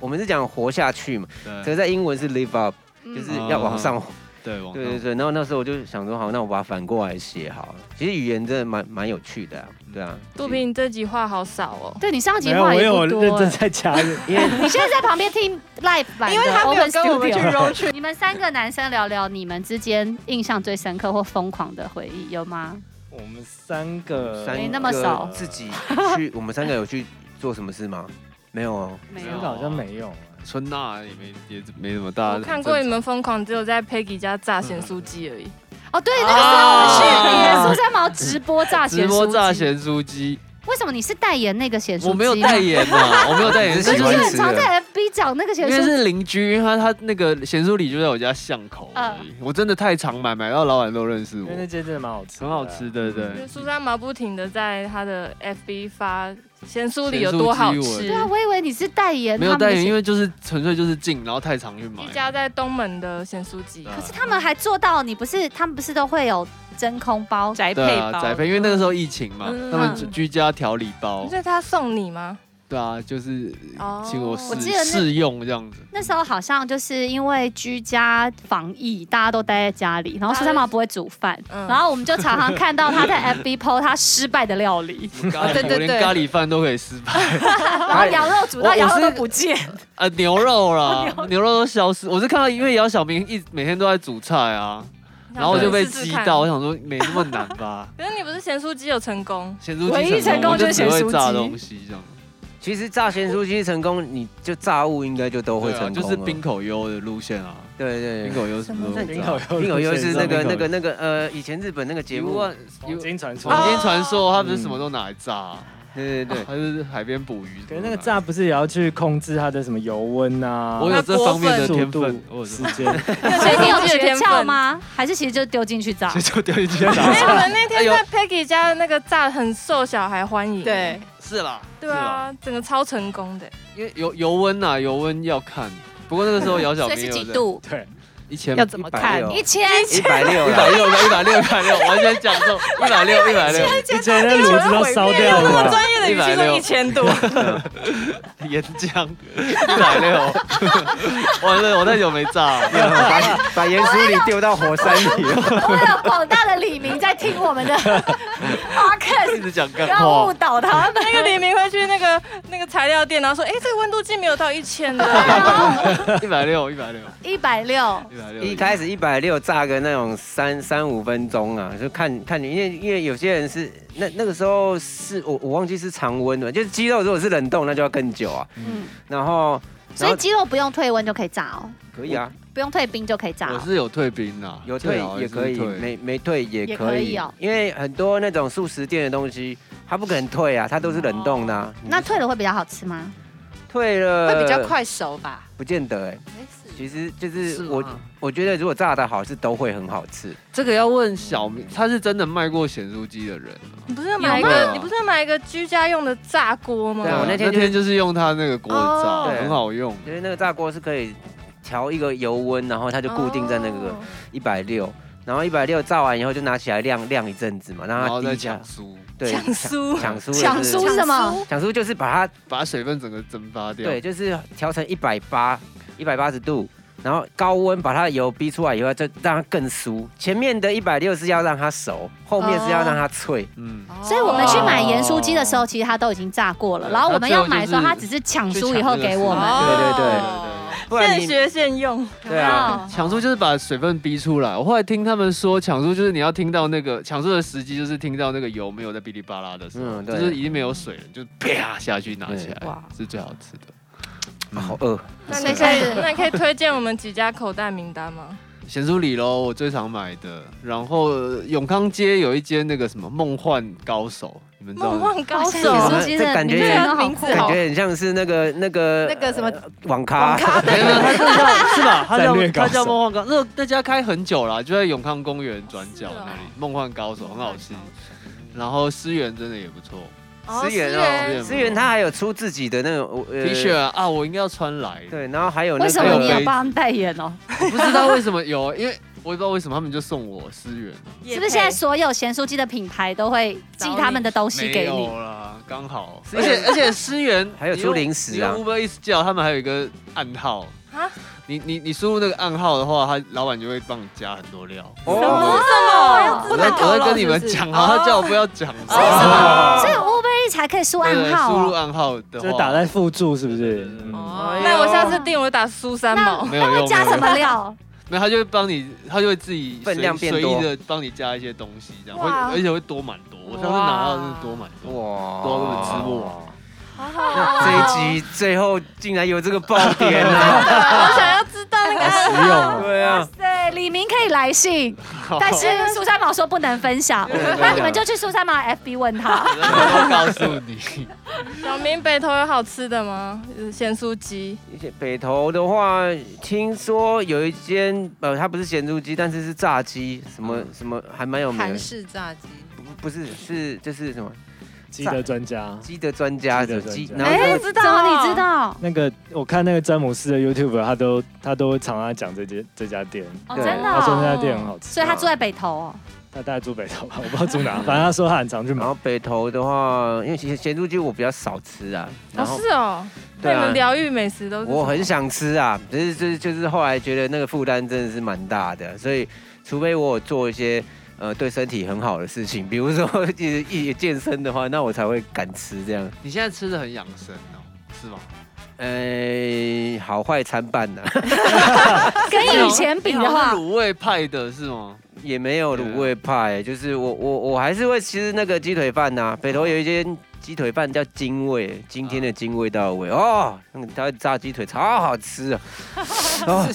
Speaker 1: 我们是讲活下去嘛，
Speaker 7: 对哦
Speaker 1: 可是在英文是 live up，就是
Speaker 2: 嗯
Speaker 5: 嗯
Speaker 1: 要往上。
Speaker 7: 对往
Speaker 1: 对对
Speaker 7: 上
Speaker 1: 对，然后那时候我就想说，好，那我把它反过来写好了。其实语言真的蛮蛮有趣的啊、对
Speaker 2: 嗯
Speaker 1: 啊。
Speaker 5: 杜平，你这集话好少哦。
Speaker 2: 对你上
Speaker 3: 没
Speaker 2: 集
Speaker 3: 有，
Speaker 2: 话
Speaker 3: 我
Speaker 2: 也
Speaker 3: 有
Speaker 2: 不
Speaker 3: 认
Speaker 2: 多
Speaker 3: 真
Speaker 2: 欸，
Speaker 3: 在加入。
Speaker 1: 因为
Speaker 2: 你现在在旁边听 live
Speaker 4: 嗯
Speaker 2: 版的 Open Studio，
Speaker 5: 因为他没有跟我们去 road
Speaker 2: 你们三个男生聊聊你们之间印象最深刻或疯狂的回忆有吗？
Speaker 3: 我们三个
Speaker 1: 三
Speaker 2: 没那么
Speaker 1: 个
Speaker 2: 少
Speaker 1: 自己去，我们三个有去做什么事吗？没有
Speaker 7: 啊
Speaker 1: 哦。
Speaker 2: 没
Speaker 3: 三个
Speaker 2: 有，
Speaker 3: 好像没有。啊
Speaker 7: 春娜也没也没什么大。
Speaker 5: 我看过你们疯狂，只有在 Peggy 家炸咸酥鸡而
Speaker 7: 嗯
Speaker 5: 已。
Speaker 2: 哦对，那个时候我们去你
Speaker 5: 哦
Speaker 2: 的苏三毛直播炸咸
Speaker 7: 直播炸
Speaker 2: 酥鸡，
Speaker 7: 咸酥鸡，
Speaker 2: 为什么你是代言那个咸酥鸡？
Speaker 7: 我没有代，言呐，我没有代言，
Speaker 1: 你
Speaker 7: 那
Speaker 1: 是喜
Speaker 7: 就
Speaker 2: 你
Speaker 1: 欢
Speaker 7: 是
Speaker 2: 很常在 FB 讲那个
Speaker 7: 因
Speaker 2: 咸
Speaker 7: 为
Speaker 2: 酥鸡。
Speaker 7: 是邻居，因为他他那个咸酥里就在我家巷口而已，我真的太常买，买到老板都认识
Speaker 3: 因为那
Speaker 7: 我，
Speaker 3: 间真的蛮好吃，嗯
Speaker 2: 哎
Speaker 7: 很
Speaker 5: 嗯
Speaker 7: 好吃，。对对
Speaker 5: 就是
Speaker 7: 对。
Speaker 5: 苏珊毛不停的在她的 FB 发咸酥里有多好
Speaker 7: 咸酥鸡
Speaker 5: 吃
Speaker 2: 对？啊，我以为你是代言，
Speaker 7: 没有代言，因
Speaker 2: 为
Speaker 7: 为就是纯粹就是进，然后太常去买
Speaker 5: 一。家在东门的咸酥鸡，
Speaker 7: 对啊
Speaker 2: 可是他们还做到，你不是他们不是都会有真空包？
Speaker 4: 宅
Speaker 7: 对
Speaker 4: 配
Speaker 7: 啊，
Speaker 4: 包，
Speaker 7: 宅配，因为那个时候疫情嘛，
Speaker 5: 嗯
Speaker 7: 他们居居家调理包
Speaker 5: 所，以他送你吗？
Speaker 7: 对啊，就是
Speaker 5: 哦
Speaker 7: 请我试
Speaker 2: 我记得那
Speaker 7: 试用这样子。
Speaker 2: 那时候好像就是因为居家防疫，大家都待在家里，然后苏三毛不会煮饭，
Speaker 5: 嗯
Speaker 2: 然后我们就常常看到他在 FB PO 他失败的料理，
Speaker 7: 咖喱
Speaker 4: 对对
Speaker 7: 我连
Speaker 4: 对
Speaker 7: 咖喱饭都可以失败
Speaker 2: 然后羊肉煮
Speaker 7: 我
Speaker 2: 到
Speaker 7: 我
Speaker 2: 羊肉
Speaker 7: 是
Speaker 2: 都不见，
Speaker 7: 啊，牛肉啦，牛肉都消失。我是看到，因为姚晓明一每天都在煮菜啊，然后我就被
Speaker 5: 试试
Speaker 7: 激
Speaker 5: 看。
Speaker 7: 到，我。想说没那么难吧
Speaker 5: 可是你不是咸酥鸡有成功？
Speaker 7: 咸猪
Speaker 8: 唯
Speaker 7: 鸡
Speaker 8: 一成功
Speaker 7: 我
Speaker 8: 就
Speaker 7: 就是只
Speaker 8: 咸
Speaker 7: 会
Speaker 8: 酥
Speaker 7: 炸
Speaker 8: 鸡
Speaker 7: 东西这样，
Speaker 1: 其实炸咸酥鸡成功，你就炸物应该就都 会
Speaker 7: 对啊
Speaker 1: 成功了。
Speaker 7: 就是冰口优的路线啊，
Speaker 1: 对对
Speaker 7: 冰
Speaker 1: 对。
Speaker 7: 口优什么都
Speaker 3: 冰
Speaker 7: 会
Speaker 3: 口
Speaker 7: 炸。
Speaker 3: 优
Speaker 1: 冰口优是那个那个
Speaker 3: 那
Speaker 1: 那个呃，以前日本那个节目，
Speaker 3: 黄金传
Speaker 1: 哦
Speaker 3: 说，
Speaker 7: 黄金传说他不是什么都拿来炸啊，
Speaker 1: 对对嗯对，啊
Speaker 7: 他就是海边捕鱼。
Speaker 3: 可是那个炸，不是也要去控制它的什么油温啊？
Speaker 7: 我有这方面的
Speaker 3: 速
Speaker 7: 天
Speaker 3: 度
Speaker 7: 分，我有这
Speaker 3: 时
Speaker 7: 方面
Speaker 3: 间，
Speaker 2: 所以你有诀
Speaker 5: 天
Speaker 2: 窍
Speaker 5: 分
Speaker 2: 吗？还是其实就丢进去炸？
Speaker 7: 就掉进去炸
Speaker 5: 没 有，我们那
Speaker 7: 哎
Speaker 5: 天
Speaker 7: 呦
Speaker 5: 在 Peggy 家的那个炸得很受小孩欢迎。
Speaker 4: 对，
Speaker 7: 是啦，
Speaker 5: 对啊，整个超成功的。
Speaker 7: 是啦，因为油油温呐，油温要看。不过那个时候姚 晓
Speaker 2: 所以是
Speaker 7: 明有
Speaker 2: 几
Speaker 7: 在
Speaker 2: 度？
Speaker 3: 对，
Speaker 7: 一千
Speaker 4: 要怎么看？
Speaker 1: 160
Speaker 2: 一千。
Speaker 1: 一百六啊
Speaker 7: 一
Speaker 1: 啦
Speaker 7: 百，六，一百六，一百六，完全讲中，一百六，一百六，
Speaker 3: 你觉得那炉子都烧掉了吧？
Speaker 5: 专业的语气说一千度，
Speaker 7: 岩浆，一百六，完 了，我太久没炸了，
Speaker 1: 把把盐酥里丢到火山 里。
Speaker 8: 我有广大的李明在听我们的 podcast，
Speaker 7: 一直讲
Speaker 8: 不
Speaker 7: 干
Speaker 8: 要误
Speaker 7: 话，
Speaker 8: 导他们。
Speaker 5: 那个李明会去那个那个材料店，然后说，哎，这个温度计没有到一千 的。
Speaker 7: 一百六，一百六，
Speaker 8: 一百六，
Speaker 7: 一百六，
Speaker 1: 一开始一百六炸个那种三三五分钟啊，就看看你，因为因为有些人是那那个时候是我我忘记是常温的，就是鸡肉如果是冷冻那就要更久啊。嗯，然后
Speaker 2: 所
Speaker 1: 然
Speaker 2: 以
Speaker 1: 后
Speaker 2: 鸡肉不用退温就可以炸哦，
Speaker 1: 可以啊，
Speaker 2: 不用退冰就可以炸
Speaker 7: 我
Speaker 2: 哦。
Speaker 7: 是有退兵啊，
Speaker 1: 有
Speaker 7: 最
Speaker 1: 退
Speaker 7: 好还
Speaker 1: 也
Speaker 7: 是
Speaker 1: 可以，
Speaker 7: 退
Speaker 1: 没没退也
Speaker 2: 也
Speaker 1: 可
Speaker 2: 可
Speaker 1: 以
Speaker 2: 以哦
Speaker 1: 因为很多那种素食店的东西。它不可能退啊，它都是冷冻的、啊。你
Speaker 2: 那退了会比较好吃吗？
Speaker 1: 退了
Speaker 4: 会比较，快熟吧？
Speaker 1: 不见得哎、其实就是
Speaker 7: 是啊
Speaker 1: 我
Speaker 7: 吗
Speaker 1: 我觉得如果炸的好，是都会很好吃。
Speaker 7: 这个要问小明，他是真的卖过咸酥鸡的人啊。
Speaker 5: 你不是要买一
Speaker 7: 有
Speaker 5: 个
Speaker 7: 吗，哦
Speaker 5: 你不是要买一个居家用的炸锅吗
Speaker 1: 对？啊我那天
Speaker 7: 那
Speaker 1: 就是
Speaker 7: 天就是用他那个锅子炸，
Speaker 5: 哦
Speaker 7: 很好用。
Speaker 1: 因为那个炸锅是可以调一个油温，然后它就固定在那个
Speaker 5: 哦
Speaker 1: 一百六，然后一百六炸完以后就拿起来晾晾一阵子嘛，让
Speaker 7: 然后
Speaker 1: 它
Speaker 7: 再
Speaker 1: 低
Speaker 7: 抢
Speaker 1: 下。
Speaker 7: 酥，
Speaker 1: 对，
Speaker 5: 抢酥
Speaker 1: 抢酥，
Speaker 8: 抢
Speaker 1: 就是
Speaker 8: 酥是什
Speaker 2: 哦
Speaker 8: 么？
Speaker 1: 抢酥就是把它
Speaker 7: 把水分整个蒸发掉。
Speaker 1: 对，，就是调成一百八一百八十度。然后高温把它的油逼出来以后，就让它更酥。前面的一百六是要让它熟，后面是要让它脆。
Speaker 7: 嗯，
Speaker 2: 所以我们去买盐酥鸡的时候，其实它都已经炸过了。
Speaker 7: 对
Speaker 2: 然后我们要买的时候，
Speaker 7: 它
Speaker 2: 它只
Speaker 7: 最后
Speaker 2: 是抢嗯酥以后给我们。
Speaker 1: 对对对，
Speaker 5: 哦
Speaker 1: 不然
Speaker 5: 现
Speaker 1: 你
Speaker 5: 学现用，
Speaker 1: 对啊，
Speaker 2: 哦
Speaker 7: 抢出就是把水分逼出来。我后来听他们说，抢出就是你要听到那个抢出的时机，就是听到那个油没有在哔哩吧啦的时候，
Speaker 1: 嗯
Speaker 7: 就
Speaker 1: 对
Speaker 7: 是已经没有水了，就啪下去拿起来，是最好吃的。
Speaker 1: 啊
Speaker 7: 嗯
Speaker 1: 好饿。
Speaker 5: 那
Speaker 2: 所以
Speaker 5: 你
Speaker 2: 下
Speaker 5: 可以
Speaker 2: 次，
Speaker 5: 那你可以推荐我们几家口袋名单吗？
Speaker 7: 咸酥里喽，我最常买的。然后呃永康街有一间那个什么梦幻高手，你们知道
Speaker 5: 梦
Speaker 7: 吗？哦
Speaker 5: 幻高
Speaker 2: 现
Speaker 5: 手
Speaker 2: 在，盐
Speaker 1: 哇
Speaker 2: 酥鸡
Speaker 1: 这
Speaker 2: 的
Speaker 1: 感觉
Speaker 2: 名字
Speaker 1: 也
Speaker 2: 都好
Speaker 4: 名
Speaker 2: 酷
Speaker 4: 字
Speaker 1: 感
Speaker 4: 好
Speaker 2: 哦。
Speaker 1: 觉很像是那个那个
Speaker 4: 那个什么
Speaker 1: 呃网咖，
Speaker 7: 没有，没有他这叫是吧？他
Speaker 3: 战略
Speaker 7: 叫
Speaker 3: 高手
Speaker 7: 他叫梦啊幻高，那那家开很久了，就在永康公园转角
Speaker 5: 是哦
Speaker 7: 那里。梦幻高手很好吃，然后思源真的也不错。
Speaker 5: 哦
Speaker 1: 思源
Speaker 7: 思
Speaker 1: 哦，
Speaker 7: 源
Speaker 1: 思源他还有出自己的那种呃
Speaker 7: T 恤啊，啊我应该要穿来。
Speaker 1: 对，然后还有那
Speaker 2: 为
Speaker 1: 个
Speaker 2: 什么你有帮他们代言哦？
Speaker 7: 不知道为什么有，因为我也不知道为什么他们就送我思源，
Speaker 5: 也
Speaker 2: 是不是现在所有咸酥鸡的品牌都会寄他们的东西
Speaker 7: 没
Speaker 2: 给你？
Speaker 7: 有啦，刚好。而且而且思源
Speaker 1: 还有出零食啊
Speaker 7: 你用 Uber 一直叫他们还有一个暗号
Speaker 5: 啊
Speaker 7: 你你你输入那个暗号的话，他老板就会帮你加很多料。
Speaker 1: 哦，
Speaker 5: 么？
Speaker 7: 我在我在跟你们讲啊，他叫我不要讲。
Speaker 2: 哦所以 Uber Eats 才可以输
Speaker 7: 对
Speaker 2: 暗
Speaker 7: 哦对输
Speaker 2: 号
Speaker 7: 入
Speaker 2: 哦。
Speaker 7: 暗号的话，
Speaker 3: 就是打在附注，是不是？嗯
Speaker 4: 哦
Speaker 5: 那我下次订我打苏三毛，
Speaker 7: 没有用，没有
Speaker 2: 加什
Speaker 7: 用
Speaker 2: 么料？
Speaker 7: 没有，他就会帮你，他就会自己随
Speaker 1: 分量变
Speaker 7: 随
Speaker 1: 多
Speaker 7: 意的帮你加一些东西，这样，会
Speaker 5: 哇
Speaker 7: 而且会多蛮多。我上次拿到的是多蛮多。
Speaker 1: 哇
Speaker 7: 多么吃不
Speaker 5: 好好
Speaker 1: 那这一集最后竟然有这个爆点 啊！
Speaker 5: 我想要知道那个
Speaker 3: 实用 啊，
Speaker 1: 对啊，
Speaker 2: 对，李明可以来信，但是苏三毛说不能分享，那你们就去苏三毛的 FB 问他。
Speaker 7: 我告诉你，
Speaker 5: 小明北头有好吃的吗？就是咸酥鸡，
Speaker 1: 北投的话，听说有一间呃，它不是咸猪鸡，但是是炸鸡，什么什么还蛮有名
Speaker 4: 韩
Speaker 1: 的，
Speaker 4: 式炸鸡，
Speaker 1: 不不是是就是什么
Speaker 3: 鸡的专家。
Speaker 1: 鸡的专家
Speaker 3: 鸡的
Speaker 1: 的
Speaker 3: 专
Speaker 1: 鸡，
Speaker 3: 家
Speaker 1: 然后那个
Speaker 5: 知啊
Speaker 2: 怎么你知？道？
Speaker 3: 那个我看那个詹姆斯的 YouTube，他都他都常常讲这间这家店，
Speaker 2: 哦，
Speaker 1: 对
Speaker 2: 真的
Speaker 3: 他说那
Speaker 2: 哦。
Speaker 3: 家店很好吃。
Speaker 2: 所以他住在北投哦。
Speaker 3: 他大概住北头吧，我不知道住 哪，反正他说他很常去
Speaker 1: 然
Speaker 3: 买
Speaker 1: 后。北投的话，因为咸咸猪鸡我比较少吃啊，然后
Speaker 5: 哦，是哦，
Speaker 1: 对
Speaker 5: 那你
Speaker 1: 啊
Speaker 5: 们，疗愈美食都是什么
Speaker 1: 我很想吃啊，只是就是就是后来觉得那个负担真的是蛮大的，所以除非我有做一些呃对身体很好的事情，比如说 一一健身的话，那我才会敢吃这样。
Speaker 7: 你现在吃的很养生哦，是吗？
Speaker 1: 呃，好坏参半呐、
Speaker 2: 跟以前比
Speaker 7: 你
Speaker 2: 的
Speaker 7: 好像
Speaker 2: 话
Speaker 7: 是，卤味派的是吗？
Speaker 1: 也没有卤味派、
Speaker 7: 啊
Speaker 1: 就是我我我还是会吃那个鸡腿饭呐、北头有一间鸡腿饭叫精味，今天的精味到的味
Speaker 7: 啊
Speaker 1: 哦，那个它炸鸡腿超好吃 啊！哦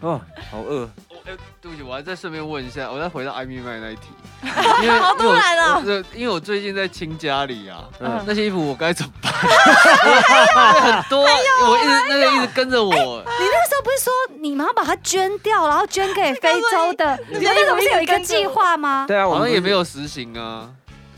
Speaker 1: 哦，好饿，
Speaker 7: 我哎、对不起，我还再顺便问一下，我再回 到艾米麦那一题，因为 好
Speaker 5: 突然啊
Speaker 7: 因为我最近在清家里啊，
Speaker 1: 嗯
Speaker 7: 那些衣服我该怎么 办？因为很多，我一直那个一直跟着我，
Speaker 2: 你那时候不是说你们要把它捐掉，然后捐给非洲的？你们那时候不是有一个计划吗？
Speaker 1: 对啊，我
Speaker 7: 好
Speaker 1: 们
Speaker 7: 像也
Speaker 1: 不是
Speaker 7: 没。有实行啊。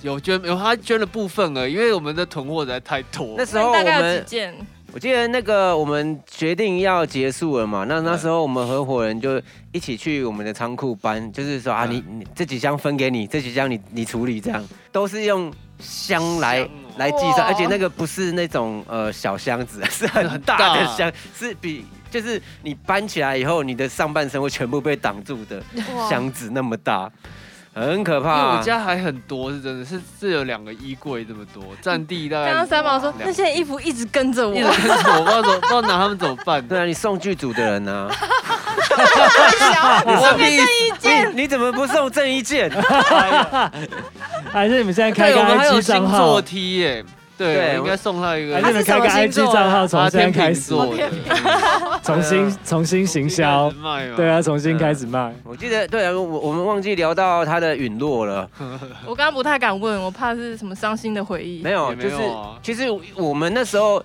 Speaker 7: 有捐有他捐了部分而已，因为我们的囤货实在太多
Speaker 1: 那。时候我
Speaker 5: 大概有
Speaker 1: 们
Speaker 5: 几，件？
Speaker 1: 我记得那个我们决定要结束了嘛，那那时候我们合伙人就一起去我们的仓库搬，就是说啊，
Speaker 7: 嗯
Speaker 1: 你你这几箱分给你，这几箱你你处理，这样都是用箱来
Speaker 7: 箱哦
Speaker 1: 来计算，
Speaker 5: 哇
Speaker 1: 而且那个不是那种呃小箱子， 是很
Speaker 7: 很
Speaker 1: 大的
Speaker 7: 大
Speaker 1: 箱，是比就是你搬起来以后，你的上半身会全部被挡住的箱子那么大，很可怕、
Speaker 7: 因为我家还很多，是真的是是有两个衣柜这么多，占地大概。
Speaker 5: 刚刚三毛说
Speaker 7: 两
Speaker 5: 那 些衣服一直跟着我
Speaker 7: 一，直跟着我，不知道怎么不知道拿他们怎么办。
Speaker 1: 对啊，你送剧组的人 啊，
Speaker 7: 你送给
Speaker 1: 你你怎么不送郑伊 健？
Speaker 3: 还是你们现在 开
Speaker 7: 对，
Speaker 3: 个
Speaker 7: 我们还有
Speaker 3: IG 账
Speaker 7: 星
Speaker 3: 号
Speaker 7: 座？T 耶，
Speaker 1: 对
Speaker 7: 对，我应该送他一
Speaker 3: 还是你
Speaker 7: 个。
Speaker 3: 们开个
Speaker 5: 他是什
Speaker 3: IG
Speaker 5: 么星座啊
Speaker 3: 账号，从
Speaker 7: 他
Speaker 3: 现在
Speaker 7: 天
Speaker 3: 开
Speaker 7: 秤
Speaker 3: 始，
Speaker 7: 座的，嗯
Speaker 3: 重新重新行销
Speaker 7: 重新开始，卖嘛
Speaker 3: 对啊，，重新开始卖。
Speaker 1: 我记得对啊，我我们忘记聊到他的陨落了，
Speaker 5: 我刚刚不太敢问，我怕是什么伤心的回忆。
Speaker 1: 没有，
Speaker 7: 也没
Speaker 1: 就是
Speaker 7: 有啊
Speaker 1: 其实我们那时候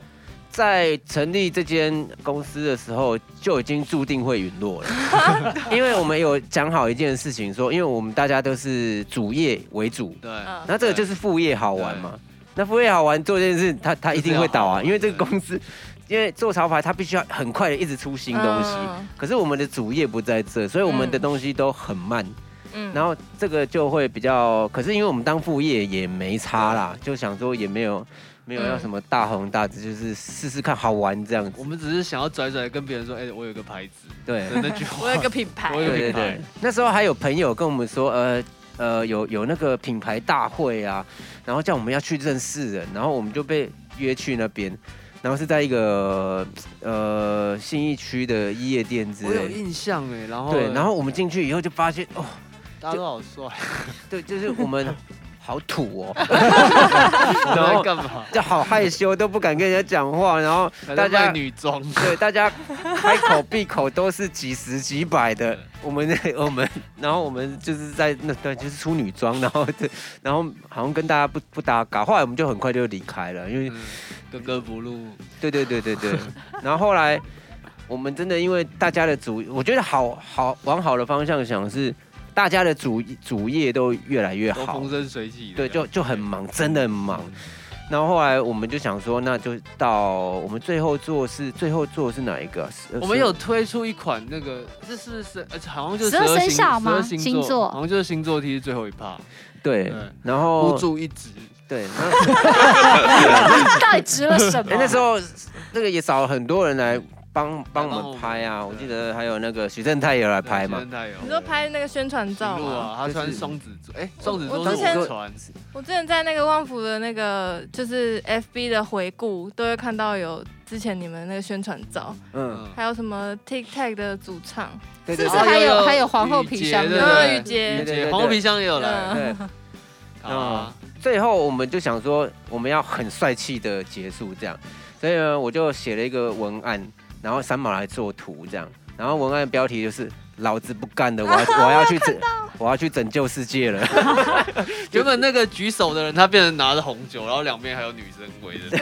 Speaker 1: 在成立这间公司的时候，就已经注定会陨落 了，因为我们有讲好一件事情说因为我们大家都是主业为主，
Speaker 7: 对，
Speaker 5: 嗯
Speaker 1: 那这个就是副业好玩嘛。那副业好玩做这件事，它它一定会倒啊，
Speaker 7: 就是要好玩
Speaker 1: 因为这个公司，因为做潮牌，它必须要很快的一直出新东西。
Speaker 5: 嗯
Speaker 1: 可是我们的主业不在这，所以我们的
Speaker 5: 嗯
Speaker 1: 东西都很慢。
Speaker 5: 嗯
Speaker 1: 然后这个就会比较，可是因为我们当副业也没差啦，就想说也没有没有要
Speaker 7: 嗯
Speaker 1: 什么大红大紫，就是试试看好玩这样
Speaker 7: 我
Speaker 1: 子。
Speaker 7: 们只是想要拽拽跟别人说，哎，我有个牌子，
Speaker 1: 对
Speaker 7: 的那句话
Speaker 5: 我有一个品牌
Speaker 7: 我，有一个
Speaker 1: 对对
Speaker 7: 品
Speaker 1: 对
Speaker 7: 牌，，
Speaker 1: 那时候还有朋友跟我们说，呃呃，有有那个品牌大会啊，然后叫我们要去认识人，然后我们就被约去那边，然后是在一个呃信义区的夜店之
Speaker 7: 我有
Speaker 1: 类的。
Speaker 7: 印象哎，然后
Speaker 1: 对，然后我们进去以后就发现，哦，
Speaker 7: 大家都好 帅，
Speaker 1: 对，就是我 们好土哦。
Speaker 7: 然
Speaker 1: 然后
Speaker 7: 后干嘛？
Speaker 1: 就好害羞，都不敢跟人家讲话，然后 大
Speaker 7: 大家
Speaker 1: 家
Speaker 7: 女装，
Speaker 1: 对大家开口闭口都是几十几百的
Speaker 7: 对，
Speaker 1: 我们 我们，然后我们就是在那段就是出女装，然后 对，然后好像跟大家不不搭嘎，后来我们就很快就离开了，因为
Speaker 7: 嗯格格不入，
Speaker 1: 对对对对对，然后后来我们真的因为大家的主，我觉得好好往好的方向想是，大家的主主业都越来越
Speaker 7: 都
Speaker 1: 好
Speaker 7: 风，生水起的。嗯
Speaker 1: 对，就就很忙，真的很忙。然后后来我们就想说，那就到我们最后做是最后做的是哪一个？呃是
Speaker 7: 我们有推出一款那个，这是是，而且好像就是
Speaker 2: 十二
Speaker 7: 12
Speaker 2: 生
Speaker 7: 星
Speaker 2: 肖吗
Speaker 7: 12星
Speaker 2: 星座
Speaker 7: 好像就是星座 T 是最后一趴，
Speaker 1: 对
Speaker 7: 嗯，
Speaker 1: 然
Speaker 7: 孤
Speaker 1: 后
Speaker 7: 注一掷。
Speaker 1: 对，那
Speaker 2: 到底值了什
Speaker 1: 哎那
Speaker 2: 么？
Speaker 1: 时 候那个也找了很多人来帮帮
Speaker 7: 帮
Speaker 1: 我
Speaker 7: 我
Speaker 1: 们
Speaker 7: 们
Speaker 1: 拍啊，
Speaker 7: 对
Speaker 1: 我记得还有那个许正泰也有来拍嘛
Speaker 7: 真，的有。
Speaker 5: 你说拍那个宣传
Speaker 7: 进
Speaker 5: 照
Speaker 7: 入
Speaker 5: 吗？
Speaker 7: 啊，他
Speaker 1: 就
Speaker 7: 穿
Speaker 1: 是
Speaker 7: 双子座，哎，双子座
Speaker 5: 我之
Speaker 7: 是
Speaker 5: 前
Speaker 7: 我穿，
Speaker 5: 我之前在那个旺福的那个就是 FB 的回顾，都会看到有之前你们那个宣传照，
Speaker 1: 嗯，
Speaker 7: 嗯，
Speaker 5: 还有什么 TikTok 的主唱，
Speaker 1: 对
Speaker 2: 是
Speaker 1: 对
Speaker 2: 不是
Speaker 1: 对
Speaker 2: 还有
Speaker 7: 哦
Speaker 2: 还有皇后皮箱
Speaker 7: 雨
Speaker 2: 对
Speaker 7: 洁
Speaker 1: 对
Speaker 7: 对不对？
Speaker 5: 嗯，雨洁，
Speaker 1: 对
Speaker 7: 姐，黄后皮箱也有来
Speaker 5: 嗯
Speaker 1: 对。
Speaker 7: 啊，
Speaker 1: 最后我们就想说，我们要很帅气的结束这样，所以呢，我就写了一个文案，然后三毛来做图这样，然后文案标题就是老子不干了，我 要我要去拯我要去拯救世界 了。
Speaker 7: 原本那个举手的人，他变成拿着红酒，然后两边还有女生围着，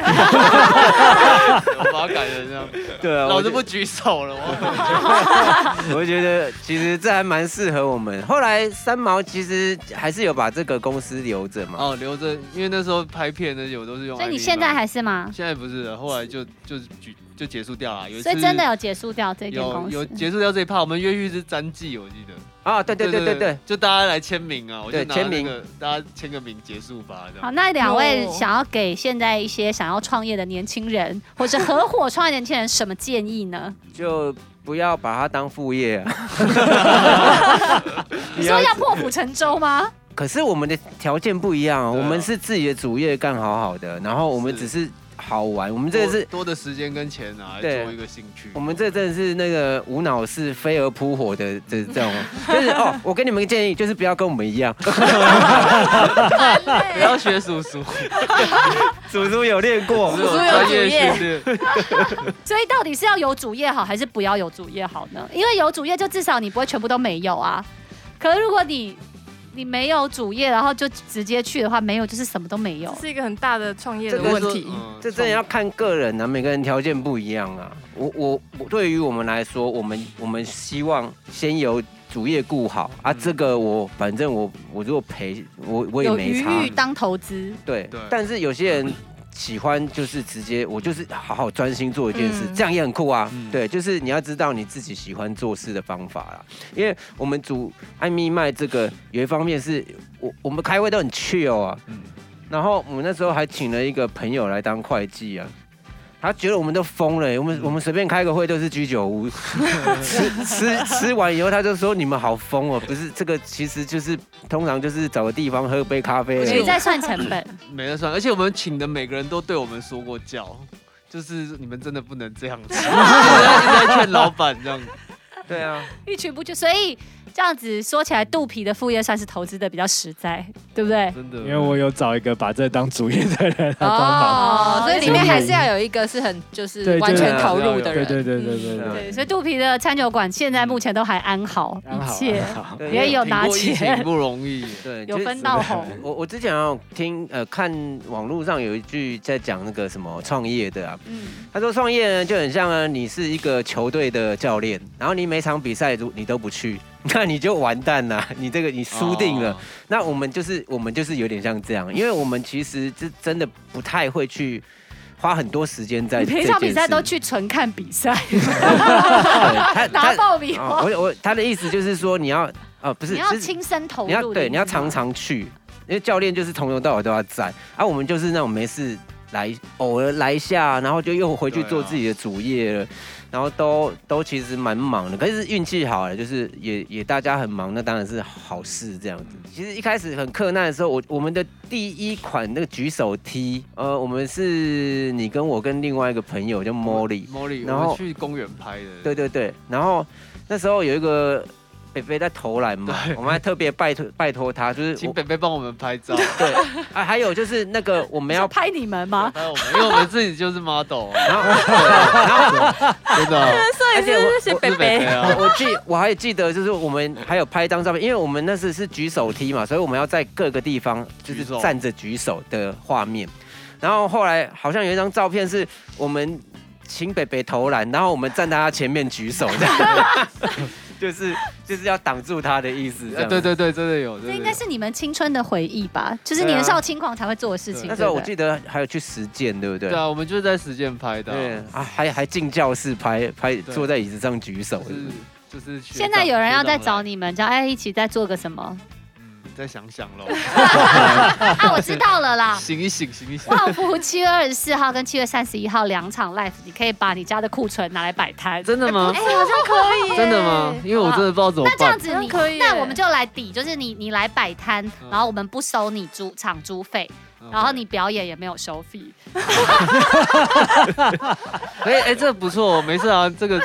Speaker 7: 我把它改成这样，
Speaker 1: 对啊，
Speaker 7: 老
Speaker 1: 我
Speaker 7: 子
Speaker 1: 就
Speaker 7: 不举手了，我
Speaker 1: 我觉得其实这还蛮适合我们。后来三毛其实还是有把这个公司留着嘛。
Speaker 7: 哦留着，因为那时候拍片的有都是用 iMac，
Speaker 2: 所以你现在还是吗？
Speaker 7: 现在不是了，后来就就举就结束掉了，有一
Speaker 2: 所以
Speaker 7: 次
Speaker 2: 真的有结束掉这间
Speaker 7: 有
Speaker 2: 公
Speaker 7: 有
Speaker 2: 司。
Speaker 7: 结束掉这一趴，我们越狱是詹记，我记得。
Speaker 1: 啊，对对对对对，，
Speaker 7: 就大家来签名啊，我就
Speaker 1: 对
Speaker 7: 拿
Speaker 1: 签
Speaker 7: 那
Speaker 1: 名
Speaker 7: 个大家签个名结束吧，这
Speaker 2: 好，
Speaker 7: 样。
Speaker 2: 那两位
Speaker 4: 有
Speaker 2: 想要给现在一些想要创业的年轻人，或是合伙创业的年轻人什么建议呢？
Speaker 1: 就不要把它当副业 啊。
Speaker 2: 你说要破釜沉舟吗？
Speaker 1: 可是我们的条件不一样、哦，
Speaker 7: 对
Speaker 1: 我
Speaker 7: 啊
Speaker 1: 们是自己的主业干好好的，然后我们只
Speaker 7: 是
Speaker 1: 是好玩，我们这个
Speaker 7: 多
Speaker 1: 是。
Speaker 7: 多的时间跟钱拿
Speaker 1: 对
Speaker 7: 来做一个兴趣。
Speaker 1: 我们这真的是那个无脑是飞蛾扑火的这这 种，就是哦，我给你们个建议，就是不要跟我们一样，
Speaker 7: 不要学 叔叔，
Speaker 1: 祖祖有练过
Speaker 7: 只，有专业训 练。
Speaker 2: 所以到底是要有主业好，还是不要有主业好呢？因为有主业就至少你不会全部都没有啊。可是如果你你没有主业，然后就直接去的话，没有就是什么都没有
Speaker 5: 这。是一个很大的创业的
Speaker 1: 这个
Speaker 5: 问
Speaker 1: 是
Speaker 5: 题。
Speaker 7: 嗯
Speaker 1: 这真的要看个人啊，每个人条件不一样啊。我我我，对于我们来说，我们我们希望先由主业顾好啊。这个我反正我我如果赔我我也
Speaker 2: 有
Speaker 1: 没
Speaker 2: 余
Speaker 1: 差
Speaker 2: 裕，当投资，
Speaker 1: 对。
Speaker 7: 对
Speaker 1: 但是有些人喜欢就是直接我就是好好专心做一件事，
Speaker 5: 嗯
Speaker 1: 这样也很酷啊。
Speaker 7: 嗯
Speaker 1: 对，就是你要知道你自己喜欢做事的方法啦。因为我们组艾米麦这个有一方面是我我们开会都很 chill 啊，
Speaker 7: 嗯
Speaker 1: 然后我们那时候还请了一个朋友来当会计啊，他觉得我们都疯了、我
Speaker 7: 嗯
Speaker 1: 们我们随便开个会都是居酒 屋，吃吃吃完以后他就说你们好疯哦，不是这个其实就是通常就是找个地方喝杯咖啡而
Speaker 2: 谁
Speaker 1: 已，
Speaker 2: 在算成本？
Speaker 7: 没得算，而且我们请的每个人都对我们说过教，就是你们真的不能这样 子，一直在一直在劝老板这样。
Speaker 1: 对啊，
Speaker 2: 一群不就，所以这样子说起来，肚皮的副业算是投资的比较实在，对不对？
Speaker 7: 真的，
Speaker 3: 因为我有找一个把这当主业的人来帮忙。
Speaker 2: 哦，
Speaker 4: 哦所以里面还是要有一个是很就是
Speaker 3: 对
Speaker 4: 完
Speaker 3: 对
Speaker 4: 全投入
Speaker 3: 对
Speaker 4: 的人。
Speaker 3: 对对对对
Speaker 1: 嗯
Speaker 3: 对，
Speaker 2: 对，所以肚皮的餐酒馆现在目前都还安好，
Speaker 3: 刚好
Speaker 2: 一切
Speaker 3: 刚好
Speaker 1: 对
Speaker 2: 也有
Speaker 7: 挺过
Speaker 2: 拿
Speaker 7: 疫情
Speaker 2: 钱，
Speaker 7: 不容 易。
Speaker 1: 对，
Speaker 2: 有
Speaker 1: 就是
Speaker 2: 分到红。
Speaker 1: 我我之前好像听呃看网络上有一句在讲那个什么创业的啊，
Speaker 2: 嗯，
Speaker 1: 他说创业呢就很像呢，你是一个球队的教练，然后你每场比赛如你都不去， 那你就完蛋了，你这个你输定了。
Speaker 7: 哦
Speaker 1: 那我们就是我们就是有点像这样，因为我们其实这真的不太会去花很多时间在
Speaker 2: 你平
Speaker 1: 这
Speaker 2: 常
Speaker 1: 件
Speaker 2: 比赛
Speaker 1: 事
Speaker 2: 都去纯看比 赛，
Speaker 1: 对他
Speaker 2: 拿
Speaker 1: 他
Speaker 2: 爆米
Speaker 1: 哦
Speaker 2: 花，
Speaker 1: 我我他的意思就是说你要呃不是
Speaker 2: 你要
Speaker 1: 就是
Speaker 2: 亲身投入
Speaker 1: 你
Speaker 2: 的
Speaker 1: 要
Speaker 2: 意思吗，
Speaker 1: 对，你要常常去，因为教练就是从头到尾都要在，啊，我们就是那种没事来，偶尔来一下，然后就又回去
Speaker 7: 对啊
Speaker 1: 做自己的主业了，然后都都其实蛮忙的，可是运气好了，就是也也大家很忙，那当然是好事这样子。其实一开始很困难的时候，我我们的第一款那个举手梯，呃，我们是你跟我跟另外一个朋友叫 Molly，
Speaker 7: Molly，
Speaker 1: 然
Speaker 7: 我
Speaker 1: 后
Speaker 7: 们去公园拍的。
Speaker 1: 对对对，然后那时候有一个。北北在投篮嘛，我们还特别拜托拜托他，就是
Speaker 7: 请
Speaker 1: 我
Speaker 7: 北北帮我们拍照。
Speaker 1: 对啊，还有就是那个我们
Speaker 2: 是要
Speaker 1: 要，
Speaker 2: 拍你们吗？
Speaker 7: 还有我们，因为我们自己就是 model，啊
Speaker 1: 然后然后
Speaker 7: 真的啊，
Speaker 1: 而且我
Speaker 4: 谢谢
Speaker 7: 是北北 啊，
Speaker 1: 我我记我还记得就是我们还有拍一张照片，因为我们那次是举手梯嘛，所以我们要在各个地方就是
Speaker 7: 举手
Speaker 1: 站着举手的画面。然后后来好像有一张照片是我们请北北投篮，然后我们站在他前面举手这样， 就是就是要挡住他的意思。这
Speaker 7: 哎
Speaker 1: 样
Speaker 7: 对对对，真的有，
Speaker 2: 这
Speaker 7: 这
Speaker 2: 应该是你们青春的回忆吧，就是年少轻狂才会做的事情。
Speaker 1: 啊那时候我
Speaker 2: 对不对
Speaker 1: 记得还有去实践，对不对？
Speaker 7: 对啊，我们就是在实践拍的
Speaker 1: 对
Speaker 7: 啊，
Speaker 1: 啊，还还进教室拍拍，坐在椅子上举手
Speaker 7: 就。是就是学长。
Speaker 2: 现在有人要再找
Speaker 7: 你，
Speaker 2: 你们，叫哎一起再做个 什么？
Speaker 7: 嗯再想想喽，
Speaker 2: 啊，我知道了啦。
Speaker 7: 醒一醒，醒一醒。
Speaker 2: 旺福七月二十四号跟七月三十一号两场 live，你可以把你家的库存拿来摆摊。
Speaker 7: 真的吗
Speaker 2: 哎，？好像可以。
Speaker 7: 真的吗？因为我真的不知道怎么
Speaker 2: 哎那这样
Speaker 7: 办。
Speaker 2: 子你
Speaker 5: 那可以耶
Speaker 2: 那我们就来抵，就是你你来摆摊，
Speaker 1: 嗯
Speaker 2: 然后我们不收你租场租费，然后你
Speaker 7: 嗯
Speaker 2: 表演也没有收费。
Speaker 7: 哎哎，这不错，没事啊， 这个。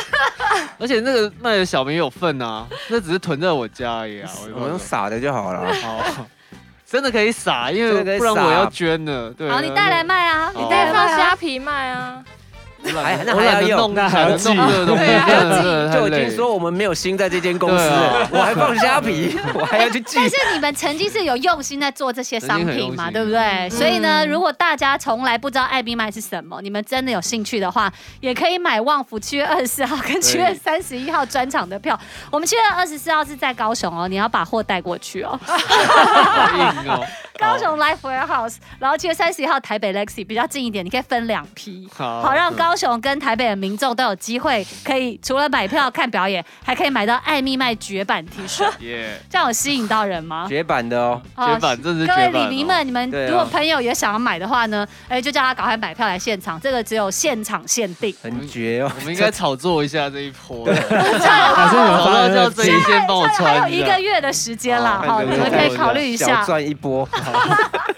Speaker 7: 而且那个卖的小明有份啊，那只是囤在我家而已啊。
Speaker 1: 我们用
Speaker 7: 傻
Speaker 1: 傻的就好了。
Speaker 7: 好，哦 真的可以撒，因
Speaker 1: 真的可
Speaker 7: 为
Speaker 1: 以
Speaker 7: 不然我
Speaker 1: 撒
Speaker 7: 要捐了。对，
Speaker 1: 哦
Speaker 2: 好，你带来卖啊，
Speaker 7: 好
Speaker 2: 你
Speaker 5: 可
Speaker 2: 带
Speaker 5: 以
Speaker 2: 来
Speaker 5: 放
Speaker 2: 卖啊。
Speaker 5: 虾皮卖啊，
Speaker 1: 还哎那
Speaker 7: 我
Speaker 1: 还要
Speaker 7: 懒得
Speaker 1: 用
Speaker 7: 弄，
Speaker 3: 那还
Speaker 7: 懒
Speaker 3: 要
Speaker 7: 得
Speaker 3: 记
Speaker 7: 弄这个东西，
Speaker 1: 对啊
Speaker 7: 真的真的太
Speaker 1: 就已
Speaker 7: 累
Speaker 1: 经
Speaker 7: 了
Speaker 1: 说我们没有心在这间公司
Speaker 7: 对
Speaker 1: 了
Speaker 7: 啊，
Speaker 1: 我还放虾 皮，我还要去记
Speaker 2: 但。是你们曾经是有用心在做这些商品嘛，
Speaker 7: 曾经很用心嗯
Speaker 2: 对不对？所以呢，如果大家从来不知道艾比麦是什么，你们真的有兴趣的话，也可以买旺福七月二十四号跟七月三十一号专场的票。我们七月二十四号是在高雄哦，你要把货带过去 哦，
Speaker 7: 好硬 哦，
Speaker 2: 高雄 Life Warehouse。然后七月三十一号台北 Lexi 比较近一点，你可以分两批。
Speaker 7: 好
Speaker 2: 好让高雄跟台北的民众都有机会，可以除了买票看表演，还可以买到艾蜜麦绝版 T 恤，
Speaker 7: 耶，
Speaker 2: 这样有吸引到人吗？
Speaker 1: 绝版的哦，
Speaker 2: 哦
Speaker 7: 绝版，这是
Speaker 2: 各
Speaker 7: 绝
Speaker 2: 位
Speaker 7: 版
Speaker 2: 李
Speaker 7: 哦。
Speaker 2: 迷们，你们
Speaker 1: 对啊
Speaker 2: 如果朋友也想要买的话呢，哎、就叫他赶快买票来现场，这个只有现场限定。
Speaker 1: 很绝哦。
Speaker 7: 我们应该炒作一下这一波，
Speaker 3: 还是你们
Speaker 7: 炒
Speaker 3: 发
Speaker 7: 作
Speaker 3: 现
Speaker 7: 叫自己先帮我
Speaker 2: 还
Speaker 1: 啊
Speaker 2: 有
Speaker 7: 穿，
Speaker 2: 一个月的时间啦，
Speaker 7: 好
Speaker 1: 哦
Speaker 2: 哈、
Speaker 7: 看
Speaker 2: 你
Speaker 7: 这
Speaker 2: 们
Speaker 7: 个
Speaker 2: 可以考虑一
Speaker 1: 小
Speaker 2: 下。
Speaker 1: 赚一波。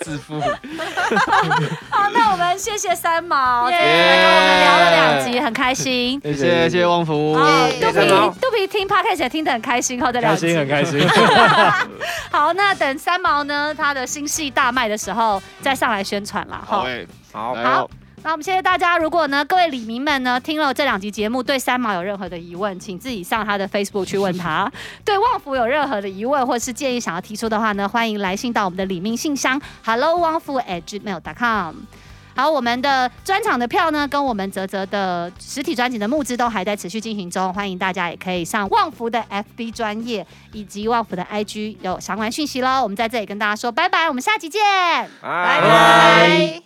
Speaker 7: 致富，
Speaker 2: 好，那我们谢谢三毛，今
Speaker 8: 耶
Speaker 2: 天跟我们聊了两集，很开心。
Speaker 7: 谢谢谢谢旺福，
Speaker 2: 哦，
Speaker 1: 谢
Speaker 2: 肚
Speaker 1: 谢三毛
Speaker 2: 皮肚皮听 podcast 也听得很开心哦，这两
Speaker 3: 开
Speaker 2: 集
Speaker 3: 心很开心。
Speaker 2: 好，那等三毛呢，他的新戏大卖的时候再上来宣传啦，哈、
Speaker 7: 好哎，
Speaker 1: 好，
Speaker 7: 来哦，
Speaker 2: 那我们谢谢大家。如果呢，各位李迷们呢，听了这两集节目，对三毛有任何的疑问，请自己上他的 Facebook 去问他。对旺福有任何的疑问或是建议想要提出的话呢，欢迎来信到我们的李明信箱 hello 旺福 at gmail.com。好，我们的专场的票呢，跟我们泽泽的实体专辑的募资都还在持续进行中，欢迎大家也可以上旺福的 FB 专业以及旺福的 IG 有相关讯息喽。我们在这里跟大家说拜拜，我们下集见。
Speaker 1: 拜
Speaker 8: 拜。